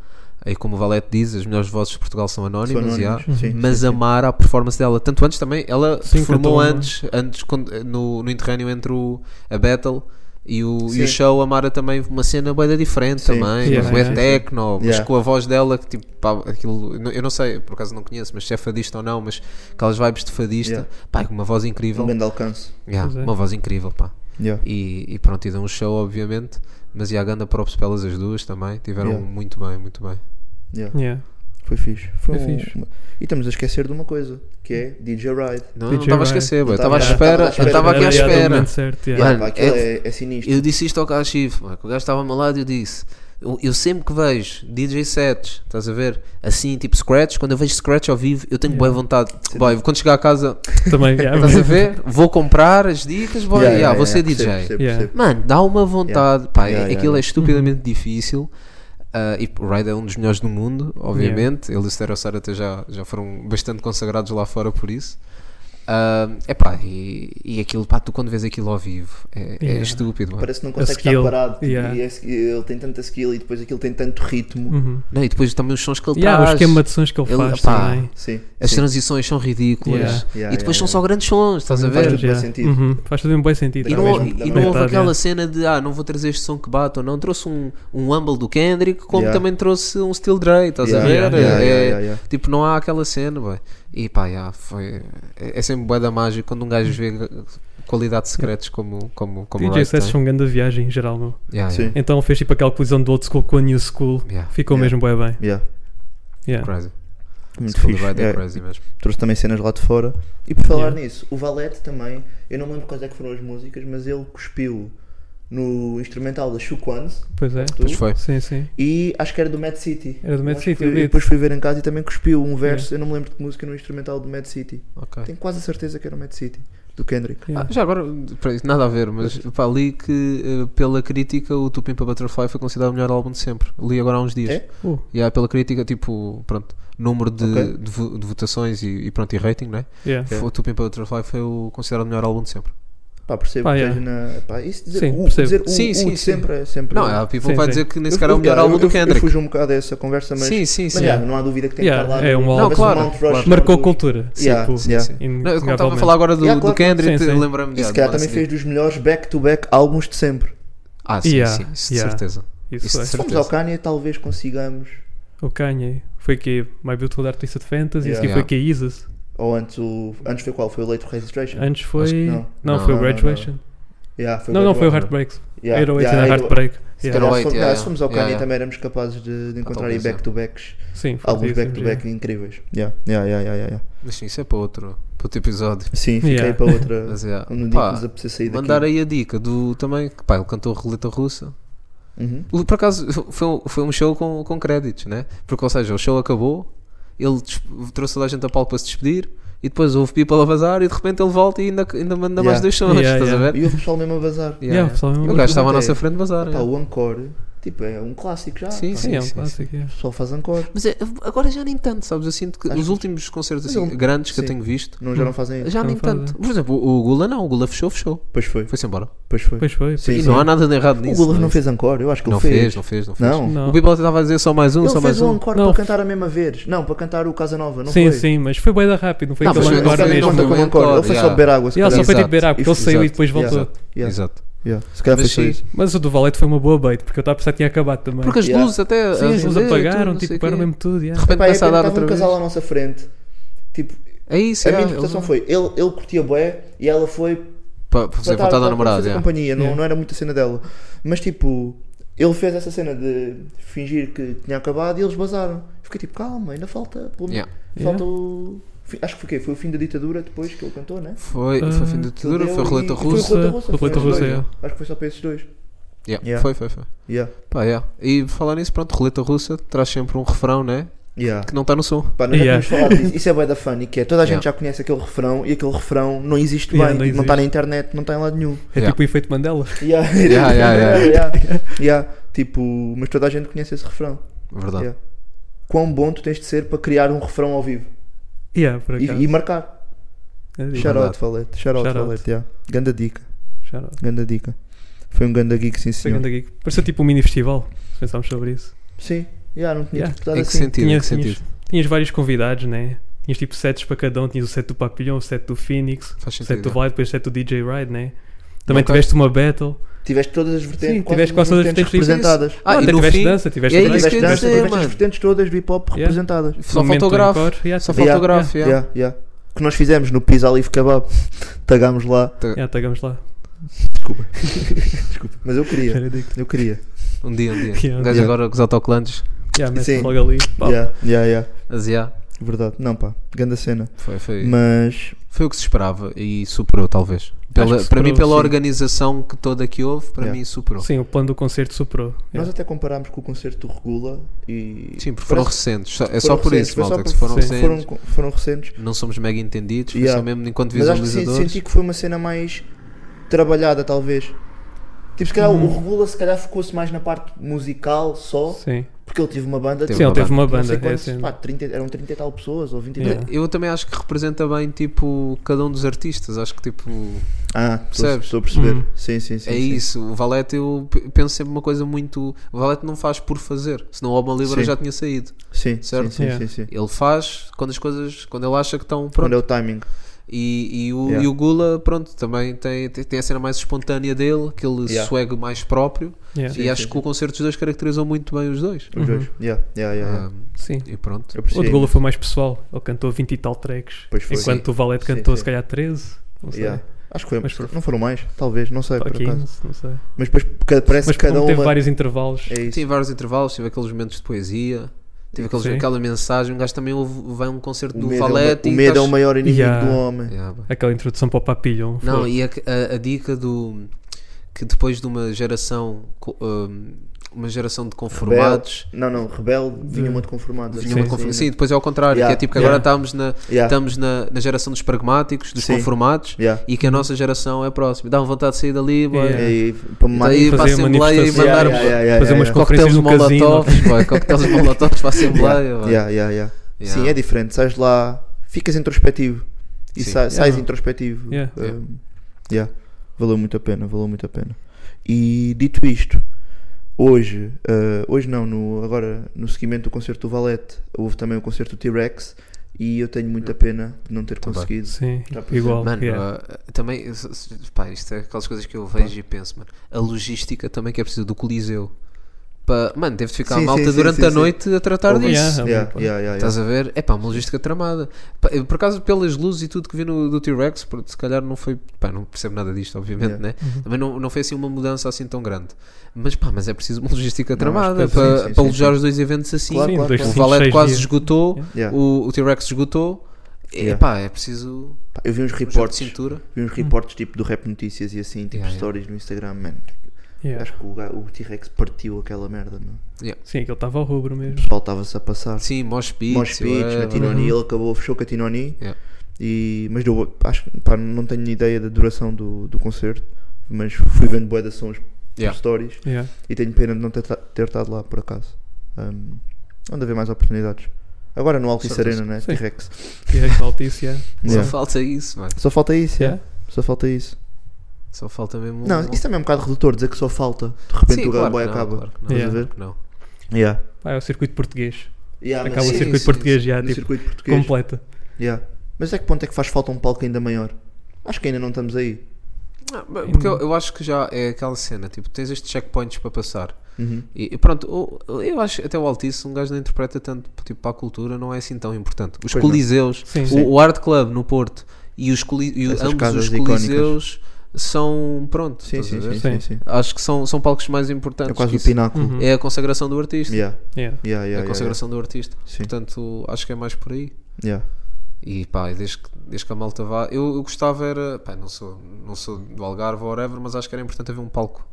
H: E como o Valete diz, as melhores vozes de Portugal são anónimas.
F: São anónimos,
H: yeah.
F: sim,
H: Mas
F: sim,
H: a
F: sim.
H: Mara, a performance dela, tanto antes também, ela
G: Sim,
H: performou
G: cantou uma-
H: antes, antes quando- no, no interrâneo entre o, a Battle e o, e
F: Sim.
H: o show, a Mara também, uma cena bem diferente
F: Sim.
H: também,
G: Yeah,
H: não é
G: yeah.
H: techno, mas
F: Yeah.
H: com a voz dela, que tipo, pá, aquilo, eu não sei, por acaso não conheço, mas se é fadista ou não, mas aquelas vibes de fadista,
F: Yeah.
H: pá, com uma voz
F: Um
H: incrível,
F: grande alcance.
H: Yeah,
G: Pois é.
H: uma voz incrível, pá.
F: Yeah.
H: E, e pronto, e dão um show, obviamente. Mas e a Ganda props pelas as duas também. Tiveram
F: Yeah.
H: muito bem, muito bem.
F: Yeah.
G: Yeah.
F: Foi fixe. Foi
G: Foi
F: um-
G: fixe.
F: E estamos a esquecer de uma coisa, que é DJ Ride.
H: Não,
G: DJ
H: não estava a
G: Ryan.
H: esquecer, eu
F: Não
H: estava à
F: tava-
H: espera.
F: tava à
H: Eu estava aqui à
G: Era, era o
H: espera.
G: momento certo, yeah.
H: Yeah.
F: Yeah, pá, aquilo é, é sinistro.
H: Eu disse isto ao Cachif, mano, que o gajo estava ao meu lado e eu disse. Eu, eu sempre que vejo DJ sets, estás a ver? Assim, tipo scratch, quando eu vejo scratch ao vivo, eu tenho boa vontade. Boy, quando chegar a casa,
G: Também, yeah,
H: estás a ver? Vou comprar as dicas, boy, yeah, vou ser DJ.
F: percebo, percebo,
G: Yeah.
F: percebo.
H: Mano, dá uma vontade. Pá,
F: Yeah,
H: é-
F: yeah,
H: aquilo
F: yeah.
H: é estupidamente difícil. Ah, e o Ride é um dos melhores do mundo, obviamente. Ele e o Stereo Sar até já, já foram bastante consagrados lá fora por isso. Ah, epá, e, e aquilo, pá, tu quando vês aquilo ao vivo é, é
G: Yeah.
H: estúpido. mano.
F: Parece que não consegue estar
G: skill.
F: parado. tipo,
G: Yeah.
F: e é skill- ele tem tanta skill e depois aquilo tem tanto ritmo.
G: Uhum.
H: Não, e depois também os sons que ele
G: Yeah, o
H: traz,
G: esquema de sons que ele,
H: Ele-
G: faz
H: pá,
G: também.
F: Sim.
H: as
F: sim.
H: transições são ridículas
G: Yeah. um
F: Yeah,
H: e depois são
F: yeah, yeah.
H: só grandes sons, estás a
F: Faz
H: ver?
F: tudo bem
G: Yeah.
F: sentido.
G: Uhum. Faz tudo um bem sentido.
H: E
F: Dá
H: não,
F: É mesmo-
H: e não
F: dá mesmo
H: houve
G: vontade,
H: aquela
G: é.
H: cena de ah, não vou trazer este som que bate ou não. Trouxe um, um Humble do Kendrick, como
F: Yeah.
H: também trouxe um Steel Dre, estás a
F: Yeah,
H: ver?
G: yeah,
F: yeah,
H: É-
F: yeah, yeah, yeah.
H: Tipo, não há aquela cena, boy. E pá, yeah, foi. É, é sempre boa da mágica quando um gajo vê qualidades secretas como, como, como
G: DJ
H: Riot
G: sets
H: tem.
G: são um grande viagem em geral, meu.
H: Yeah,
F: Sim.
H: Ah, yeah,
G: Então fez tipo aquela colisão do old school com a new school.
H: Yeah.
G: Ficou
F: Yeah.
G: mesmo bem bem.
F: Yeah,
G: Yeah.
H: Crazy.
F: Muito
H: Steel
F: fixe.
H: Dre é
F: Yeah.
H: crazy mesmo.
F: Trouxe também cenas lá de fora. E por falar
G: Yeah.
F: nisso, o Valete também, eu não me lembro quais é que foram as músicas, mas ele cuspiu no instrumental da Shukwans
G: Pois é.
H: Pois foi.
G: Sim, sim.
F: e acho que era do Mad City.
G: Era do Mad
F: Acho que
G: City,
F: fui-
G: eu vi.
F: Depois fui ver em casa e também cuspiu um verso, eu não me lembro de que música, no instrumental do Mad City.
H: Ok.
F: Tenho quase a certeza que era o Mad City, do Kendrick.
H: Ah,
G: Yeah.
H: já agora, peraí, nada a ver, mas pá, li que eh, pela crítica o Tupim para Butterfly foi considerado o melhor álbum de sempre. Li agora há uns dias.
F: É?
G: Uh.
H: E há pela crítica, tipo, pronto, número de,
F: Ok.
H: de vo- de votações e, e pronto, e rating, né?
G: Yeah.
H: Foi- O Tupim para Butterfly foi o considerado o melhor álbum de sempre.
F: Pá, percebo
G: Pá,
F: que
G: é.
F: esteja na. Pá, isso dizer
G: Sim,
F: o,
G: percebo.
F: dizer o,
H: Sim,
F: o
H: sim,
F: de
H: sim.
F: sempre é sempre.
H: Não, a people
G: Sim,
H: vai
G: sim.
H: dizer que nem
F: Eu-
H: sequer é o
F: eu-
H: melhor
F: eu-
H: álbum do
F: eu- Eu
H: Kendrick.
F: fujo um bocado a essa conversa, mas.
H: Sim, sim,
F: mas, é.
H: sim.
F: já, não há dúvida que tem
G: Yeah,
F: que estar lá.
G: é
F: no-
G: um
F: talvez
H: álbum-
F: o
H: claro,
F: Mount Rushmore
G: Marcou
F: do-
G: cultura.
F: Yeah,
G: tipo,
F: yeah.
H: Não, eu como estava a falar agora do,
F: Yeah, claro.
H: do Kendrick,
G: né? Sim, sim.
H: lembra-me
F: E se
H: de-
F: calhar
H: de-
F: também fez dos melhores back-to-back álbuns de sempre.
H: Ah, sim,
G: Yeah,
H: sim, isso
G: yeah.
H: de certeza.
G: Isso,
H: Isso
G: é.
F: Se formos
H: certeza.
F: ao Kanye, talvez consigamos.
G: O Kanye. Foi que My Beautiful Dark Twisted Fantasy.
F: Yeah.
G: Esse aqui foi que Isis.
F: Ou antes, o, antes foi qual? Foi o Late Registration?
G: Antes
H: Acho
G: foi.
H: que
F: não.
G: Não,
H: Não,
G: foi o
F: não, não, não.
G: Graduation.
F: Yeah, foi
G: Não, não, foi o
F: Hard
G: Heartbreaks.
F: Yeah,
G: Era o
F: yeah, era
G: yeah,
F: o-
G: Heartbreak.
F: Se calhar,
G: Yeah.
F: se,
H: 08,
F: formos-
H: yeah,
F: ah, se formos ao
H: yeah.
F: Kanye,
H: Yeah,
F: também éramos capazes de, de encontrar aí
H: Talvez, yeah.
F: back-to-backs.
G: Sim, foi
F: Álbuns
G: isso,
F: back-to-back incríveis. Yeah, yeah, yeah, yeah, yeah, yeah.
H: Mas sim, isso é para outro, para outro episódio.
F: Sim, fiquei
G: Yeah.
F: para outra.
H: Mas, yeah.
F: Um dia que
H: Pá,
F: nos apetecer sair daqui.
H: Mandar aí a dica do também, que pá, ele cantou Roleta Russa.
F: Uhum.
H: O- Por acaso [LAUGHS] foi um, foi um show com, com créditos, né? Porque, ou seja, o show acabou, ele des- trouxe toda a gente a palco para se despedir e depois houve people a vazar e de repente ele volta e ainda, ainda manda mais
F: Yeah.
H: dois sons,
G: Yeah,
H: estás
G: yeah.
H: a ver?
F: E o pessoal mesmo a vazar.
G: Yeah, o pessoal mesmo a
H: O gajo
G: vazar.
H: estava à nossa
F: Perguntei,
H: frente a vazar.
F: Pá,
H: yeah.
F: o Encore Tipo, é um clássico já.
H: Sim,
F: pá.
G: Sim, é um
H: sim,
G: clássico. é.
F: O pessoal faz encore.
H: Mas é- agora já nem tanto, sabes? Eu sinto que
F: Acho
H: os últimos concertos
F: Mas
H: assim,
F: ele-
H: grandes que Tá eu
F: sim.
H: tenho visto,
F: Não, já não fazem isso.
H: Hum. já
G: Não
H: nem
G: fazem.
H: tanto. Por exemplo, o o Gula não, o Gula fechou, fechou.
F: Pois foi,
H: Foi-se embora.
F: pois foi.
G: Pois foi.
F: Sim,
H: e
F: sim.
H: não há nada de errado nisso.
F: o Gulliver não
H: é?
F: fez encore, eu acho que
H: Não
F: ele fez.
H: fez, não fez, não fez.
F: Não.
G: Não.
H: O People estava a dizer só mais um, só
F: Ele
H: mais
F: fez um
H: um.
F: encore
G: Não.
F: para cantar a mesma vez. Não, para cantar o Casanova, não
G: sim,
F: foi?
G: sim, mas foi bem da rápido, não foi
H: Não,
G: aquele
H: mas foi-
G: agora
H: não foi-
G: mesmo.
H: não foi-
F: Ele
H: encore,
F: foi só
H: yeah.
F: beber água, se
G: E ela só
F: calhar.
G: foi
H: Exato.
G: tipo beber água, porque ele
F: Isso,
G: saiu e
F: exato.
G: depois voltou.
F: Exato. Yeah,
H: Exato.
F: yeah. Se calhar foi
H: Mas
F: só
H: sim.
F: isso.
G: Mas o do Valete foi uma boa bait, porque eu estava a pensar que tinha acabado também.
H: Porque as
F: Yeah.
H: luzes até.
G: Sim, as luzes
H: acenderam,
G: apagaram,
H: tudo, não
G: tipo,
H: sei o
G: pararam
H: quê.
G: mesmo tudo.
H: De
G: Yeah.
H: repente
F: Pá, e
H: começa a dar
F: estava
H: outra
F: um
H: vez.
F: casal à nossa frente. Tipo,
H: É isso,
F: a
H: yeah,
F: minha interpretação
H: eles-
F: foi, ele, ele curtia bué e ela foi
H: Para para fazer vontade ao namorado.
F: fazer um
H: yeah.
F: companhia, não,
G: Yeah.
F: não era muito a cena dela. Mas tipo, ele fez essa cena de fingir que tinha acabado e eles basaram. Fiquei tipo, calma, ainda falta. pelo menos-
H: Yeah.
F: Falta o. fi- Acho que foi o quê? Foi o fim da ditadura depois que ele cantou, né?
H: Foi,
G: Ah,
H: foi fim de
F: Que ele
H: ditadura,
F: deu
H: foi
F: e-
H: roleta
F: e foi
H: russa.
F: roleta russa.
G: Foi roleta
F: os dois.
G: russa, yeah.
F: Acho que foi só para esses dois.
H: Yeah,
F: Yeah.
H: Foi, foi, foi.
F: Yeah.
H: Pá, yeah. E falar nisso, pronto, roleta russa traz sempre um refrão, né?
F: Yeah.
H: Que não está no som.
F: Pá, nós já
G: Yeah.
F: tínhamos falado disso. Isso é bué da funny, que é toda a gente
H: Yeah.
F: já conhece aquele refrão e aquele refrão não existe bem,
G: Yeah, não
F: tipo, não está na
G: existe.
F: internet, não está em lado nenhum.
G: É
H: Yeah.
G: tipo o efeito Mandela. [LAUGHS]
F: Yeah.
H: Yeah, yeah, yeah.
F: [LAUGHS] Yeah. Tipo, mas toda a gente conhece esse refrão.
H: É Verdade.
F: Yeah. Quão bom tu tens de ser para criar um refrão ao vivo
G: Yeah, por
F: e,
G: acaso.
F: e marcar.
G: É disso.
F: Shout out, Valete. Shout out,
G: Shout out.
F: Valete. Yeah. Ganda dica,
G: Shout out.
F: ganda dica. Foi um ganda geek, sim
G: Foi
F: senhor.
G: grande geek. Pareceu tipo um mini festival, se pensámos sobre isso.
F: Sim, yeah, não tinha
G: Yeah.
F: interpretado
H: Em que
F: assim.
H: sentido? Em que
G: Tinhas,
H: sentido?
G: tinhas, tinhas vários convidados, né? Tinhas tipo sets para cada um, tinhas o set do Papilhão, o set do Phoenix,
H: Faz
G: o set
F: né?
H: sentido.
G: do Vlad, depois o set do DJ Ride, né? Também
H: Ok.
G: tiveste uma battle.
F: Tiveste todas as vertentes,
G: Sim,
F: quase
G: tiveste quase todas as vertentes
F: representadas.
H: Ah, e
G: até
H: no
G: tiveste
H: fim,
G: dança, tiveste
H: é
G: break,
H: isso que eu ia
F: Tiveste
G: tiveste-
F: dança,
H: dizer,
F: tiveste as
H: mano.
F: vertentes todas do hip hop
G: Yeah.
F: representadas.
H: Só
G: momento
H: faltou o grafo.
G: encore, yeah,
H: Só
G: tá-
H: faltou o
F: Yeah,
H: grafo, yeah.
F: Yeah, yeah. Que nós fizemos no Pisa Alif Kebab. [LAUGHS] Tagámos lá.
G: yeah, tagams lá.
F: Desculpa. Mas eu queria. Eu queria.
H: Um dia, um dia.
G: Yeah.
H: Um gajo
F: Yeah.
H: agora com os autocolantes.
G: Yeah, mete
F: Sim.
G: logo ali. pá.
F: Yeah, yeah, yeah.
H: Mas yeah,
F: Verdade. Não, pá. Grande cena.
H: foi, foi,
F: Mas.
H: foi o que se esperava e superou, talvez. Pela-
G: que
H: para
G: superou,
H: mim, pela
G: sim.
H: organização que toda que houve, para
F: Yeah.
H: mim superou. Sim,
G: Sim, o plano do concerto superou.
F: Nós
G: Yeah.
F: até comparámos com o concerto do Regula e.
H: porque foram
F: parece-
H: recentes. Só- É
F: foram
H: só por
F: recentes,
H: isso,
F: foi só
H: malta, que
F: por-
H: foram
F: sim,
H: recentes.
F: Foram, foram recentes.
H: Não somos mega entendidos, foi
F: Yeah.
H: só mesmo enquanto
F: Mas acho que sim,
H: visualizadores.
F: senti que foi uma cena mais trabalhada, talvez. Tipo, se calhar o
H: Uhum.
F: Regula se calhar focou-se mais na parte musical só,
G: Sim.
F: porque ele teve uma banda
H: Teve
G: Sim,
H: uma
G: ele teve uma
F: não
G: banda.
F: sei
G: é
F: quantos,
G: assim.
F: pá, 30 eram 30 e tal pessoas ou 20 e
G: Yeah.
F: tal.
H: Eu também acho que representa bem, tipo, cada um dos artistas. Acho que, tipo,
F: Ah,
H: Percebes?
F: estou a perceber.
G: Hum.
F: Sim, sim, sim.
H: é
F: sim.
H: isso. O Valete, eu p- penso sempre uma coisa muito. O Valete não faz por fazer, senão o Alma Libra
F: Sim.
H: já tinha saído.
F: Sim,
H: Certo?
F: sim, sim,
G: Yeah.
F: sim, sim.
H: Ele faz quando as coisas. quando ele acha que estão
F: Quando é
H: pronto.
F: o timing.
H: E, e o,
F: Yeah.
H: e o Gula, pronto, também tem, tem, tem a cena mais espontânea dele, aquele
F: Yeah.
H: swag mais próprio.
G: Yeah.
H: e acho que o concerto dos dois caracterizou muito bem os dois.
F: Os dois. Yeah, yeah, yeah, yeah. É
H: Ah,
G: Sim.
H: e pronto.
F: Eu
G: Uhum. O de
F: percebi.
G: Gula foi mais pessoal. Ele cantou 20 e tal tracks.
F: Pois foi.
G: Enquanto
H: Sim.
G: o Valete
F: Sim,
G: cantou,
F: sim.
G: se calhar, 13. Não sei.
F: Yeah. Acho que foi,
G: Mas pronto.
F: não foram mais, talvez, não sei
G: Ou
F: por
G: 15,
F: acaso.
G: não sei.
F: Mas depois ca- parece
G: Mas
F: que cada
G: como teve
F: uma
G: vários intervalos.
F: é isso.
H: Tive vários intervalos, tive aqueles momentos de poesia, tive aqueles,
G: Sim.
H: aquela mensagem. Um gajo também ouve, vai a um concerto
F: O
H: do
F: medo,
H: Valete
F: é, o,
H: e
F: medo
H: estás-
F: é o maior inimigo
G: Yeah.
F: do homem.
H: Yeah, bem.
G: Aquela introdução para o Papilhão.
H: Não,
G: foi.
H: e a, a- a dica do que depois de uma geração co- hum, uma geração de conformados
F: Não, não, rebelde vinha muito conformado.
H: vinha uma confirma- sim, depois é ao contrário,
F: Yeah.
H: que é tipo que
G: Yeah.
H: agora estamos, na,
F: Yeah.
H: estamos na, na geração dos pragmáticos, dos
F: Sim.
H: conformados
F: Yeah.
H: e que a nossa geração é próxima. Dá-me vontade de sair dali, boy.
G: Yeah.
F: E para
H: Então aí
G: É. Fazer
H: para a Assembleia e
G: manifestação.
H: mandar
G: Yeah, É.
F: yeah,
G: fazer umas
F: yeah.
H: coquetéis
G: conferências no casino.
H: molotovs, boy, coquetéis
F: [LAUGHS]
H: molotovs para a Assembleia. boy.
F: Yeah, yeah, yeah.
H: Yeah.
F: Sim, é diferente. Sais lá, ficas introspectivo e
H: Sim.
F: sai- sais
G: Yeah.
F: introspectivo.
G: Yeah.
F: Um,
H: Yeah.
F: yeah. Valeu muito a pena, valeu muito a pena. E dito isto, hoje, uh, hoje não, no, agora no seguimento do concerto do Valete, houve também o concerto do T-Rex e eu tenho muita pena de não ter
H: Também.
F: conseguido.
G: Sim,
F: Já percebi.
G: igual.
H: Mano,
G: Oh, yeah.
H: ah, também, s- s- pá, isto é aquelas coisas que eu vejo e penso, mano. A logística também que é preciso do Coliseu. Pa, mano, teve de ficar
F: Sim,
H: a malta
F: sim, sim,
H: durante
F: sim,
H: a
F: sim.
H: noite a tratar
G: Houve-
H: disso.
G: Oh, Yeah, houve-
F: Yeah, yeah, yeah, yeah.
H: Estás a ver? É pá, uma logística tramada. Pá, eu, por acaso, pelas luzes e tudo que vi no, do T-Rex, porque se calhar não foi. Pá, não percebo nada disto, obviamente,
F: Yeah.
H: né?
G: Uhum.
H: Também não, não foi assim uma mudança assim tão grande. Mas pá, mas é preciso uma logística tramada
F: mas depois-
H: para
F: sim, sim,
H: para
F: sim,
H: alojar
F: sim.
H: os dois eventos assim.
F: Claro,
G: Sim,
F: claro,
G: dois,
H: O
F: claro.
G: cinco,
H: Valete
G: seis
H: quase
G: dias.
H: esgotou,
F: Yeah.
H: o, o T-Rex esgotou. É
F: Yeah.
H: pá, é preciso.
F: Pá, Eu vi uns
H: um jogo de
F: reportes,
H: cintura.
F: vi uns reportes tipo do Rap Notícias e assim, tipo
H: Yeah, yeah.
F: stories no Instagram, mano.
G: Yeah.
F: Acho que o, ga- o T-Rex partiu aquela merda, meu.
G: Sim, aquele estava ao rubro
F: O
G: mesmo.
F: pessoal estava-se a passar.
H: Sim, Mosh Pits.
F: Ah. Mosh Pits, na
H: whatever.
F: Tinoni, ele acabou, fechou com a Tinoni.
H: Yeah.
F: E, mas deu, acho, que, pá, não tenho ideia da duração do, do concerto, mas fui vendo bué de sons
H: Yeah.
F: nos stories.
G: Yeah.
F: E tenho pena de não ter, ta- ter estado lá, por acaso. Um, onde haver mais oportunidades. Agora no Altice
H: Certeza.
F: Arena, né?
G: Sim.
F: T-Rex.
G: Direct Altice, yeah.
H: Só
F: Yeah.
H: falta isso, mano.
F: Só falta isso,
G: Yeah.
F: yeah. Só falta isso.
H: Só falta mesmo.
F: Não, isso também é um bocado redutor, dizer que só falta. De repente
H: Sim,
F: o
H: claro
F: Gamboy
H: que não,
F: acaba.
H: Claro que não.
F: Estás
G: Yeah.
F: a ver?
H: Claro que não.
F: Yeah.
G: Ah, é o circuito português.
F: Yeah,
G: Acaba
F: Ah, mas-
G: o
H: sim,
G: circuito
H: sim,
G: português, já,
F: no
G: tipo,
F: circuito português.
G: completo.
F: Yeah. Mas é que ponto é que faz falta um palco ainda maior? Acho que ainda não estamos aí.
H: Ah, mas-
G: um
H: Porque eu, eu acho que já é aquela cena, tipo, tens estes checkpoints para passar.
F: Uhum.
H: E, e pronto, o- eu acho que até o Altice um gajo não interpreta tanto tipo, para a cultura, não é assim tão importante. Os
F: Pois não.
H: coliseus,
G: Sim.
H: o-
G: Sim.
H: O, Art Club no Porto e, os coli- e
F: Essas
H: ambos
F: casas
H: os coliseus são, pronto,
F: Sim,
H: estás a
F: sim,
H: ver?
F: sim,
G: Sim.
F: sim, sim.
H: acho que são, são palcos mais
F: É
H: importantes.
F: quase
H: que
F: o
H: isso.
F: pináculo.
G: Uhum.
H: É a consagração do artista,
F: Yeah.
G: Yeah.
F: Yeah, yeah,
H: é
F: yeah,
H: a consagração do artista.
F: Sim.
H: Portanto, acho que é mais por aí.
F: yeah.
H: E pá, e desde que, desde que a malta vá, eu, eu gostava era, pá, não sou, não sou do Algarve ou whatever, mas acho que era importante haver um palco,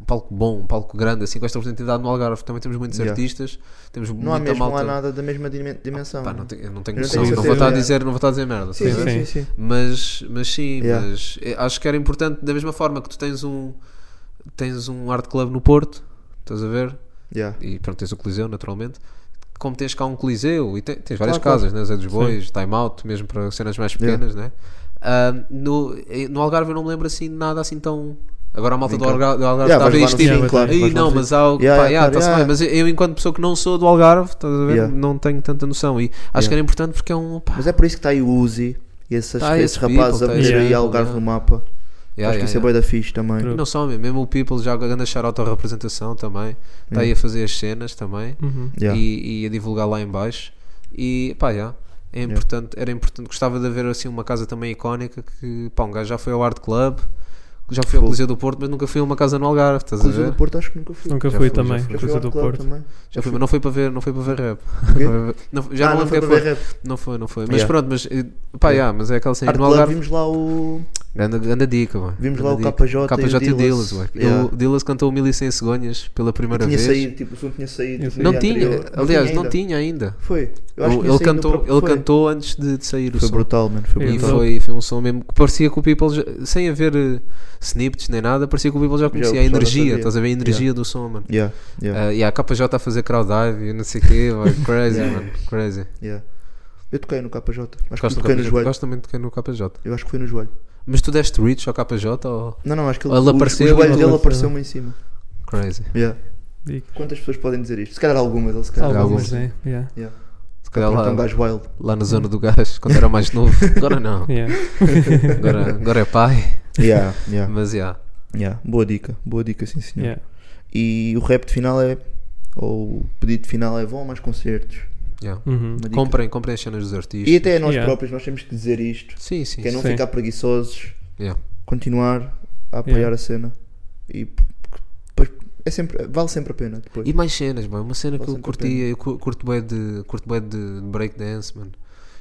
H: um palco bom, um palco grande, assim, com esta representatividade no Algarve. Também temos muitos
F: Yeah.
H: artistas, temos
F: Não há
H: muita
F: mesmo
H: malta.
F: lá nada da mesma dimen- dimensão.
H: Pá, não, te, eu não tenho
F: Eu não
H: noção,
F: tenho
H: não, vou estar a
F: certeza.
H: dizer, não vou estar a dizer merda,
F: Sim,
H: estás a ver?
F: sim, sim.
G: Sim.
F: sim.
H: Mas, mas sim,
F: Yeah.
H: mas eh, acho que era importante da mesma forma que tu tens um tens um art club no Porto, estás a ver?
F: Yeah.
H: E pronto, tens o Coliseu, naturalmente. Como tens cá um Coliseu e te- tens várias
F: Claro,
H: casas, né? Zé dos Bois, Time Out, mesmo para cenas mais pequenas, né? Ahm, no, eh, no Algarve eu não me lembro assim de nada assim tão. Agora a malta do Algarve, do Algarve
F: Yeah,
H: está a
F: vais
H: ver
F: lá
H: isto
F: no
H: tipo,
G: Yeah,
F: fim,
G: vai
F: claro.
G: ter.
H: Ei,
F: vais lá
H: não,
F: no
H: mas
F: fim.
H: há o.
F: Yeah,
H: pá,
F: yeah,
H: yeah,
F: claro,
H: tá-se
F: yeah,
H: bem, Mas eu, eu, enquanto pessoa que não sou do Algarve, estás a ver?
F: Yeah.
H: Não tenho tanta noção. E acho que era importante porque é um. Pá,
F: Mas é por isso que está aí o Uzi e esses,
H: Tá aí
F: esses
H: esse
F: rapazes
H: people,
F: a
H: tá
F: meter
G: aí
F: aí
H: esse
F: Algarve
H: people,
F: no mapa.
H: yeah,
F: Acho que
H: yeah,
F: isso é
H: yeah.
F: boi da fixe também.
G: True.
H: Não só, mesmo o People já anda a achar autorrepresentação também, está aí a fazer as cenas também
G: Uhum.
F: Yeah.
H: e, e a divulgar lá em baixo. E pá, yeah, é importante, era importante, gostava de haver assim uma casa também icónica que pá, um gajo já foi ao Art Club, já foi ao
F: Full.
H: Coliseu do Porto, mas nunca foi a uma casa no Algarve, estás a
F: Coisa do
H: ver?
F: Porto acho que nunca fui.
G: Nunca
H: Já fui,
G: fui
H: já
G: também,
H: fui.
F: Já fui
G: coisa
F: ao
G: do
F: club
G: Porto.
F: também.
H: Já fui, mas não foi para ver, não foi para ver rap.
F: quê?
H: [LAUGHS] Não- já não,
F: Ah, não
H: lembro
F: foi
H: quem
F: para
H: foi.
F: ver rap.
H: Não foi, não foi. Mas
F: Yeah.
H: pronto, mas eh, pá, yeah, mas é aquela cena
F: Art
H: no
F: Club
H: Algarve.
F: vimos lá o...
H: Grande, grande dica, mano.
F: Vimos
H: Grande
F: lá
H: dica.
F: o KJ e o
H: KJ e o
F: Dillas.
H: Dillas, ué.
F: Yeah.
H: O Dillas cantou 1100 cegonhas pela primeira
F: Tinha
H: vez.
F: saído, tipo, o som tinha saído. tipo, no
H: Não
F: dia
H: tinha,
F: anterior.
H: aliás, não
F: ainda.
H: tinha ainda.
F: Foi. Eu acho
H: O- ele
F: que tinha saído no
H: cantou,
F: próprio-
H: ele
F: foi.
H: cantou antes de, de sair o
F: Foi
H: som.
F: brutal, mano. Foi
H: E
F: brutal.
H: foi, foi um som mesmo que parecia que o People, já- sem haver eh, snippets nem nada, parecia que o People já conhecia a
F: pessoal já
H: energia,
F: sabia.
H: estás a ver? A energia
F: Yeah.
H: do som, mano.
F: Yeah, yeah,
H: Ah, e a KJ a fazer crowd dive e não sei o quê, vai,
F: [LAUGHS]
H: crazy,
F: Yeah.
H: mano, crazy.
F: yeah. Eu toquei no KJ. Acho que
H: Gosto, É. do
F: toquei no
H: KJ,
F: joelho.
H: gosto também de tocar no KJ.
F: Eu acho que foi no joelho.
H: Mas tu deste reach ao KJ ou
F: Não, não, acho que ele,
H: Ele
F: o-
H: apareceu
F: o joelho
H: e-
F: dele apareceu-me em cima.
H: crazy?
F: Yeah.
G: Digo.
F: Quantas pessoas podem dizer isto? Se calhar algumas, ele se calhar.
G: Algumas, né? Yeah.
F: Yeah.
H: Se calhar
F: Pronto, é um
H: lá,
F: gajo wild.
H: lá na zona do gás, [LAUGHS] quando era mais novo. Agora não,
G: [LAUGHS] Yeah.
H: agora, agora é pai.
F: Yeah, yeah,
H: Mas yeah.
F: yeah. Boa dica, boa dica, sim senhor.
G: Yeah.
F: E o rap de final é, ou o pedido de final é vão a mais concertos.
H: yeah.
G: Uhum.
F: Uma dica.
H: Comprem, comprem as cenas dos artistas.
F: E até é nós
G: Yeah.
F: próprios, nós temos que dizer isto.
H: Sim, sim.
F: Que é não
G: Sim.
F: ficar preguiçosos,
H: Yeah.
F: continuar a apoiar
G: Yeah.
F: a cena. E p- depois é sempre, vale sempre a pena depois.
H: E mais cenas, mano. Uma cena que
F: Vale
H: eu
F: sempre a
H: curti,
F: pena.
H: eu cu- curto bem de, curto bué de breakdance, mano.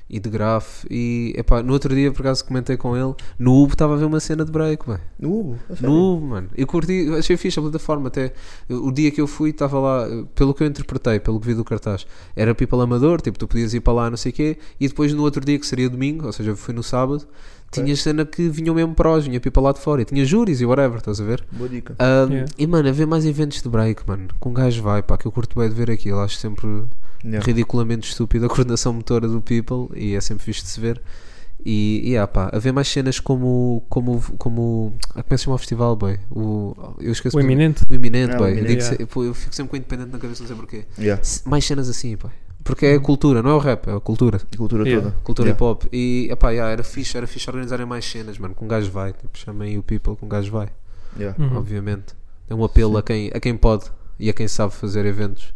H: E de graf. E, epá, no outro dia, por acaso, comentei com ele. No Ubo estava a ver uma cena de break, mano.
F: No Ubo, a sério.
H: No Ubo, mano. Eu curti, eu achei fixe a plataforma. Até o dia que eu fui, estava lá, pelo que eu interpretei, pelo que vi do cartaz, era people amador. Tipo, tu podias ir para lá, não sei o quê. E depois, no outro dia, que seria domingo, ou seja, eu fui no sábado, tinha cena que vinham mesmo prós, vinha people lá de fora. E tinha júris e whatever, estás a ver?
F: Boa dica.
H: Um,
G: Yeah.
H: E mano, haver mais eventos de break, mano. Com um gajo vai, pá, que eu curto bem de ver aquilo. Acho sempre
F: Yeah.
H: ridiculamente estúpido a coordenação motora do People e é sempre fixe de se ver. E, e ah, pá, haver mais cenas como. como, como ah, como é que se chama o festival, boy? O, eu esqueço
G: O
H: do-
G: iminente.
H: O iminente,
F: Ah, o
H: boy. Eu,
F: Iminente,
H: digo se-
G: yeah.
H: pô, eu fico sempre com o independente na cabeça, não sei porquê.
F: Yeah.
H: Se- Mais cenas assim, pá. Porque
G: Uhum.
H: é a cultura, não é o rap, é a cultura.
F: Cultura
G: Yeah.
F: toda.
H: Cultura
F: Yeah.
H: hip hop. E epá, yeah, era fixe, era fixe organizarem mais cenas, mano. Com um gajo vai. Tipo, chamem o People, com um gajo vai
F: Yeah.
G: Uhum.
H: obviamente. É um apelo a quem, a quem pode e a quem sabe fazer eventos.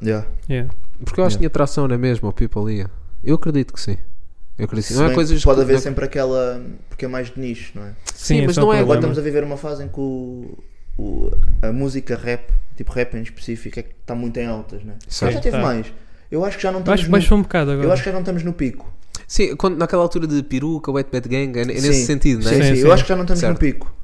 G: Hum.
F: Yeah.
G: Yeah.
H: Porque eu acho
F: Yeah.
H: que tinha tração, não é mesmo? O People ia. Eu acredito que sim. Eu acredito que
F: Se
H: sim. Não é
F: bem
H: coisas
F: que pode
H: que-
F: haver
H: não é-
F: sempre aquela. Porque é mais de nicho, não é?
G: Sim, então
H: mas
G: esse
H: não
G: o
H: é-
F: Agora
G: problema.
F: estamos a viver uma fase em que o, o- a música rap, tipo rap em específico, é que está muito em altas, né?
H: Sim.
F: Ah, já teve
G: Tá.
F: mais. Eu acho que já não
G: Eu
F: estamos.
G: Acho que
F: no-
G: baixou um bocado agora.
F: eu acho que já não estamos no pico.
H: Sim, quando, naquela altura de peruca, wet bad gang, é, é nesse
F: Sim.
H: sentido, não é?
F: Sim,
G: Sim,
F: sim,
G: sim.
F: eu acho que já não estamos
H: Certo.
F: no pico.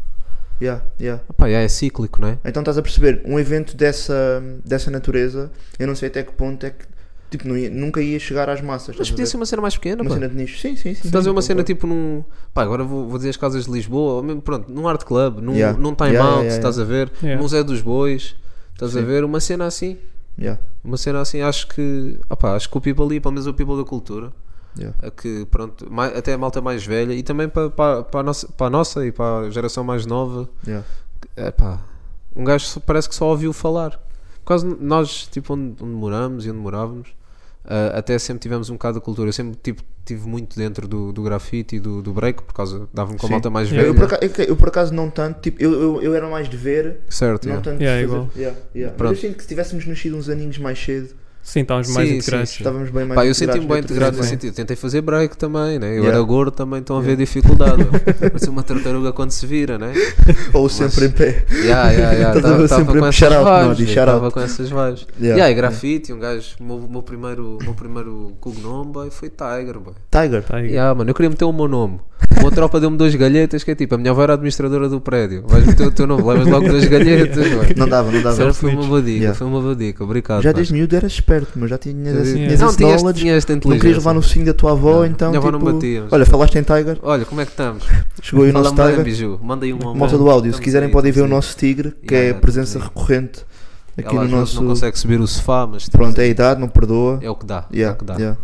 F: Yeah, yeah.
H: Pá, yeah, é cíclico, não é?
F: Então estás a perceber, um evento dessa, dessa natureza, eu não sei até que ponto é que. Tipo, não ia- nunca ia chegar às massas.
H: Mas
F: estás a
H: podia
F: ver?
H: ser uma cena mais pequena,
F: uma
H: pá.
F: cena de nicho. Sim, sim, sim.
H: Estás a ver uma
F: sim,
H: cena
F: concordo.
H: tipo num. Pá, agora vou, vou dizer as casas de Lisboa, ou mesmo, pronto, num art club, num,
F: Yeah.
H: num time
F: Yeah,
H: out,
F: yeah, yeah,
H: estás a ver?
G: Yeah.
H: Num Zé dos Bois, estás a
F: Sim.
H: ver? Uma cena assim.
F: Yeah,
H: Uma cena assim, acho que. ah pá, acho que o people ali, pelo menos o people da cultura,
F: yeah.
H: a que, pronto, mai- até a malta mais velha e também para, para, para, a nossa, para a nossa e para a geração mais nova,
F: Yeah.
H: é pá, um gajo só- parece que só ouviu falar. Quase nós, tipo, onde, onde moramos e onde morávamos, ah, até sempre tivemos um bocado de cultura. Eu sempre tipo, tive muito dentro do, do grafite e do, do break, por causa, dava-me com a
F: Sim.
H: malta mais
G: Yeah.
H: velha.
F: Eu, por acaso, eu- eu por acaso não tanto, tipo, eu, eu, eu era mais de ver,
H: Certo,
F: não
H: yeah.
F: tanto
G: Yeah,
F: de fazer.
G: igual.
F: Yeah, yeah. Mas
H: Pronto.
F: eu sinto que se tivéssemos nascido uns aninhos mais cedo,
G: Sim, estávamos mais
H: Sim,
G: integrados.
H: sim, sim.
F: estávamos bem mais
H: Pá, eu senti-me bem
F: na
H: integrado nesse
F: troca.
H: sentido. Tentei fazer break também, né? Eu
F: né? Yeah.
H: era gordo, também estão a ver
F: [LAUGHS]
H: dificuldade. Parece uma tartaruga quando se vira, né?
F: Ou sempre em pé.
H: Yeah, yeah, yeah.
F: Estás a
H: Tava-
F: ver
H: tava
F: Então sempre
H: com
F: a
H: essas
F: puxar alto,
H: vibes,
F: Nodi,
H: né?
F: shout
H: Tava
F: out.
H: com essas vibes.
F: Yeah,
H: Yeah, e
F: yeah.
H: grafite, um gajo, o meu, o meu primeiro, o meu primeiro cognome boy, foi Tiger, boy.
F: Tiger.
G: Tá aí.
H: Yeah, mano, eu queria meter o meu nome. Uma tropa deu-me duas galhetas, que é tipo, a minha avó era administradora do prédio. Vais meter o teu nome, levas logo duas galhetas, boy.
F: Não dava, não dava.
H: Sério, foi uma boa dica,
F: Yeah.
H: foi uma boa dica, obrigado.
F: Já
H: pá.
F: desde miúdo eras esperto, mas já tinhas, esse-
G: Yeah.
F: tinhas
H: Não,
F: esse
H: tinha este-
F: knowledge.
H: tinha esta
F: não querias
H: inteligência.
F: levar no focinho da tua avó,
H: Não,
F: então.
H: minha avó não
F: tipo,
H: batia, mas-
F: Olha, falaste em Tiger,
H: Olha, como é que estamos?
F: chegou aí o nosso
H: Fala-me bem,
F: Tiger.
H: Biju. Manda aí um homem.
F: Malta do áudio, se
H: Estamos
F: quiserem
H: aí,
F: podem ver o
H: estamos aí.
F: nosso Tigre, que
H: Yeah,
F: é
H: yeah,
F: presença
H: estamos
F: recorrente aqui
H: Ela
F: no
H: às vezes
F: nosso.
H: não consegue subir o sofá, mas estamos
F: Pronto, é a
H: aí.
F: idade, não perdoa.
H: é o que dá. é
F: Yeah,
H: o que dá.
F: yeah,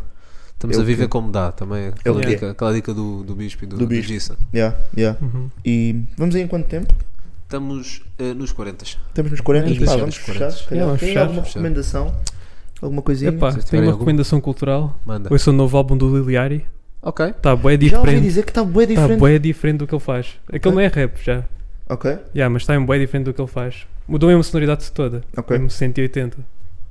H: Estamos
F: É o
H: a viver
F: quê?
H: como dá também.
F: É o
H: Aquela
F: quê?
H: dica, aquela dica do, do Bispo e do, do,
F: Do Bispo.
H: Gissa.
F: yeah, yeah.
G: Uhum.
F: E vamos aí em quanto tempo?
H: Estamos eh, nos 40. Se
F: Estamos nos 40,
G: É,
F: pá,
H: deixamos
F: vamos
H: 40.
F: fechar. se calhar.
G: Yeah, vamos
F: Tem
G: fechar,
F: alguma
H: fechar.
F: recomendação? Alguma coisinha?
G: Epá,
H: Vocês
G: tenho
H: tiverem
G: uma
H: algum?
G: recomendação cultural.
H: Manda.
G: Ouça o novo álbum do Liliari.
H: Ok.
G: Está bué
F: Já ouvi
G: diferente.
F: dizer que está bué
G: Está
F: diferente.
G: bué diferente do que ele faz. Aquele não é rap já.
F: Ok,
G: Yeah, mas está em bué diferente do que ele faz. Mudou mesmo a sonoridade toda.
F: Ok.
G: Mesmo 180.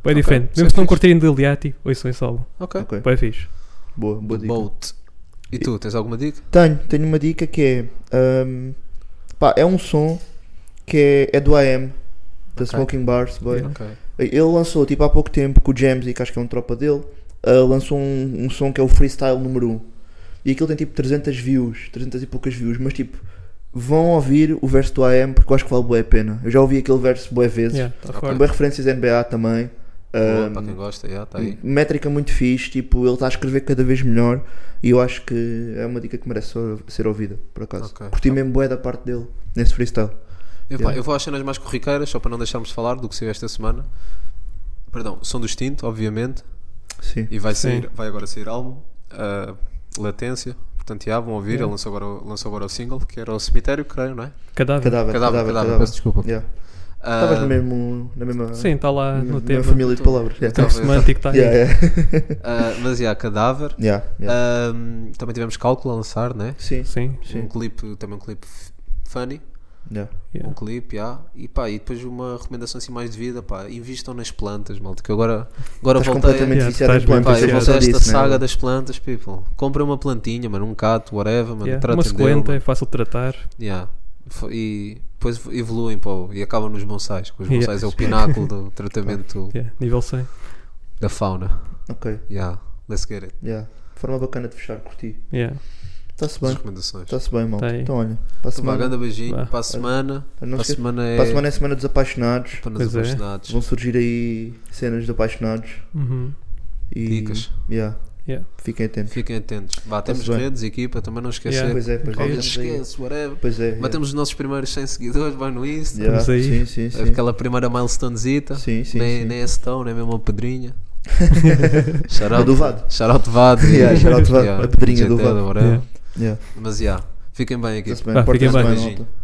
G: Bué
H: Ok,
G: diferente.
H: isso é
G: Mesmo se não
H: fixe.
G: curtirem de Liliati, ouçam esse álbum.
H: Ok.
F: ok.
G: Bué fixe.
F: Boa, boa dica.
H: Boat. E tu, tens alguma dica?
F: Tenho, tenho uma dica que é. ahm, pá, é um som que é, é do AM, da Smoking Bars. Boy.
H: Ok.
F: Ele lançou, tipo, há pouco tempo, com o Jamesy, que acho que é um tropa dele, ah, lançou um, um som que é o Freestyle número 1. E aquilo tem tipo 300 views, 300 e poucas views, mas tipo, vão ouvir o verso do AM porque eu acho que vale boa a pena. Eu já ouvi aquele verso boa vezes.
G: Yeah, tá
H: Ok.
G: forte.
F: Boa um, referências de NBA também.
H: Boa,
F: ahm,
H: para quem gosta, já está aí.
F: métrica muito fixe, tipo, ele está a escrever cada vez melhor e eu acho que é uma dica que merece só ser ouvida, por acaso.
H: Ok.
F: Curti mesmo bué da parte dele, nesse freestyle.
H: Eu, pá,
F: Yeah.
H: eu vou às cenas mais corriqueiras, só para não deixarmos de falar do que saiu esta semana. Perdão, som do extinto, obviamente.
F: Sim.
H: E vai,
G: Sim.
H: sair, vai agora sair álbum. ah, latência. Portanto, já vão ouvir. Ele lançou agora, o- lançou agora o single, que era o cemitério, creio, não é?
G: Cadáver.
F: Cadáver,
H: Cadáver, cadáver, peço desculpa.
F: Yeah.
H: Ah,
F: Estavas no mesmo, na mesma,
G: Sim, está lá
F: na,
G: no
F: mesma
G: tema.
F: família de palavras.
H: no
F: Yeah.
H: tema.
G: Tempo semântico está aí.
F: Yeah, yeah.
H: ah, mas já, cadáver.
F: Yeah, [LAUGHS] yeah.
H: Ah, Ahm, também tivemos cálculo a lançar, né?
F: Sim,
G: Sim.
F: sim.
H: Um clipe, também um clipe f- funny,
F: Yeah.
G: Yeah.
H: um clipe, já. E pá, e depois uma recomendação assim mais de vida, pá, invistam nas plantas, malta, que agora, agora
F: Estás
H: voltei, a-
F: completamente
G: Yeah,
F: viciado
G: estás
F: em plantas,
H: pá,
G: bem
F: eu
H: eu
F: vou
G: viciado.
H: voltei a
F: só
H: esta
F: disso,
H: saga
F: né?
H: das plantas, people. Comprem uma plantinha, mano, um cato, whatever, mano,
G: Yeah. Uma
H: tratem dele,
G: suculenta é
H: mano.
G: fácil de tratar.
H: Yeah. Fo- E depois evoluem, pô, e acabam nos bonsais, que os
G: Yeah.
H: bonsais é o pináculo
F: [LAUGHS]
H: do tratamento
G: Yeah, Nível 100.
H: da fauna.
F: Ok,
H: Yeah, let's get it.
F: yeah. Forma bacana de fechar, curti.
G: Yeah.
F: Está-se
H: As
F: bem,
H: recomendações.
F: está-se bem, mal.
G: Tá aí.
F: Então olha, para a
H: Então, vá,
F: semana,
H: grande beijinho,
G: Vá.
H: para a semana.
F: não
H: Para a
F: esqueça-
H: semana é.
F: para a semana é semana dos apaixonados.
H: para nos
G: Pois é.
H: apaixonados.
F: Vão surgir aí cenas de apaixonados.
G: Uhum.
F: E,
H: Dicas.
F: Yeah,
G: Yeah.
F: fiquem atentos.
H: Fiquem atentos. Vá, temos
F: Tá bem.
H: redes, equipa, também não esquecer.
G: Yeah.
F: Pois é, pois é.
H: Talvez
F: Estamos aí.
H: esqueça, whatever.
F: Pois é.
H: Batemos os nossos primeiros 100 seguidores, vai no Insta.
F: yeah.
G: Estamos
F: Sim,
G: aí.
F: sim, sim.
H: Aquela primeira milestonezita.
F: Sim, sim,
H: nem,
F: sim.
H: nem é stone, nem mesmo a
F: [LAUGHS]
H: pedrinha. Shoutout
F: Do Vado.
H: Shoutout Vado.
F: Yeah, shout out Vado, a pedrinha do
H: GT,
F: Vado.
H: whatever.
G: Yeah.
F: Yeah.
H: Mas já, fiquem bem aqui.
F: Está-se bem.
G: Vá,
F: Portem-se
G: fiquem bem.
F: bem, malta.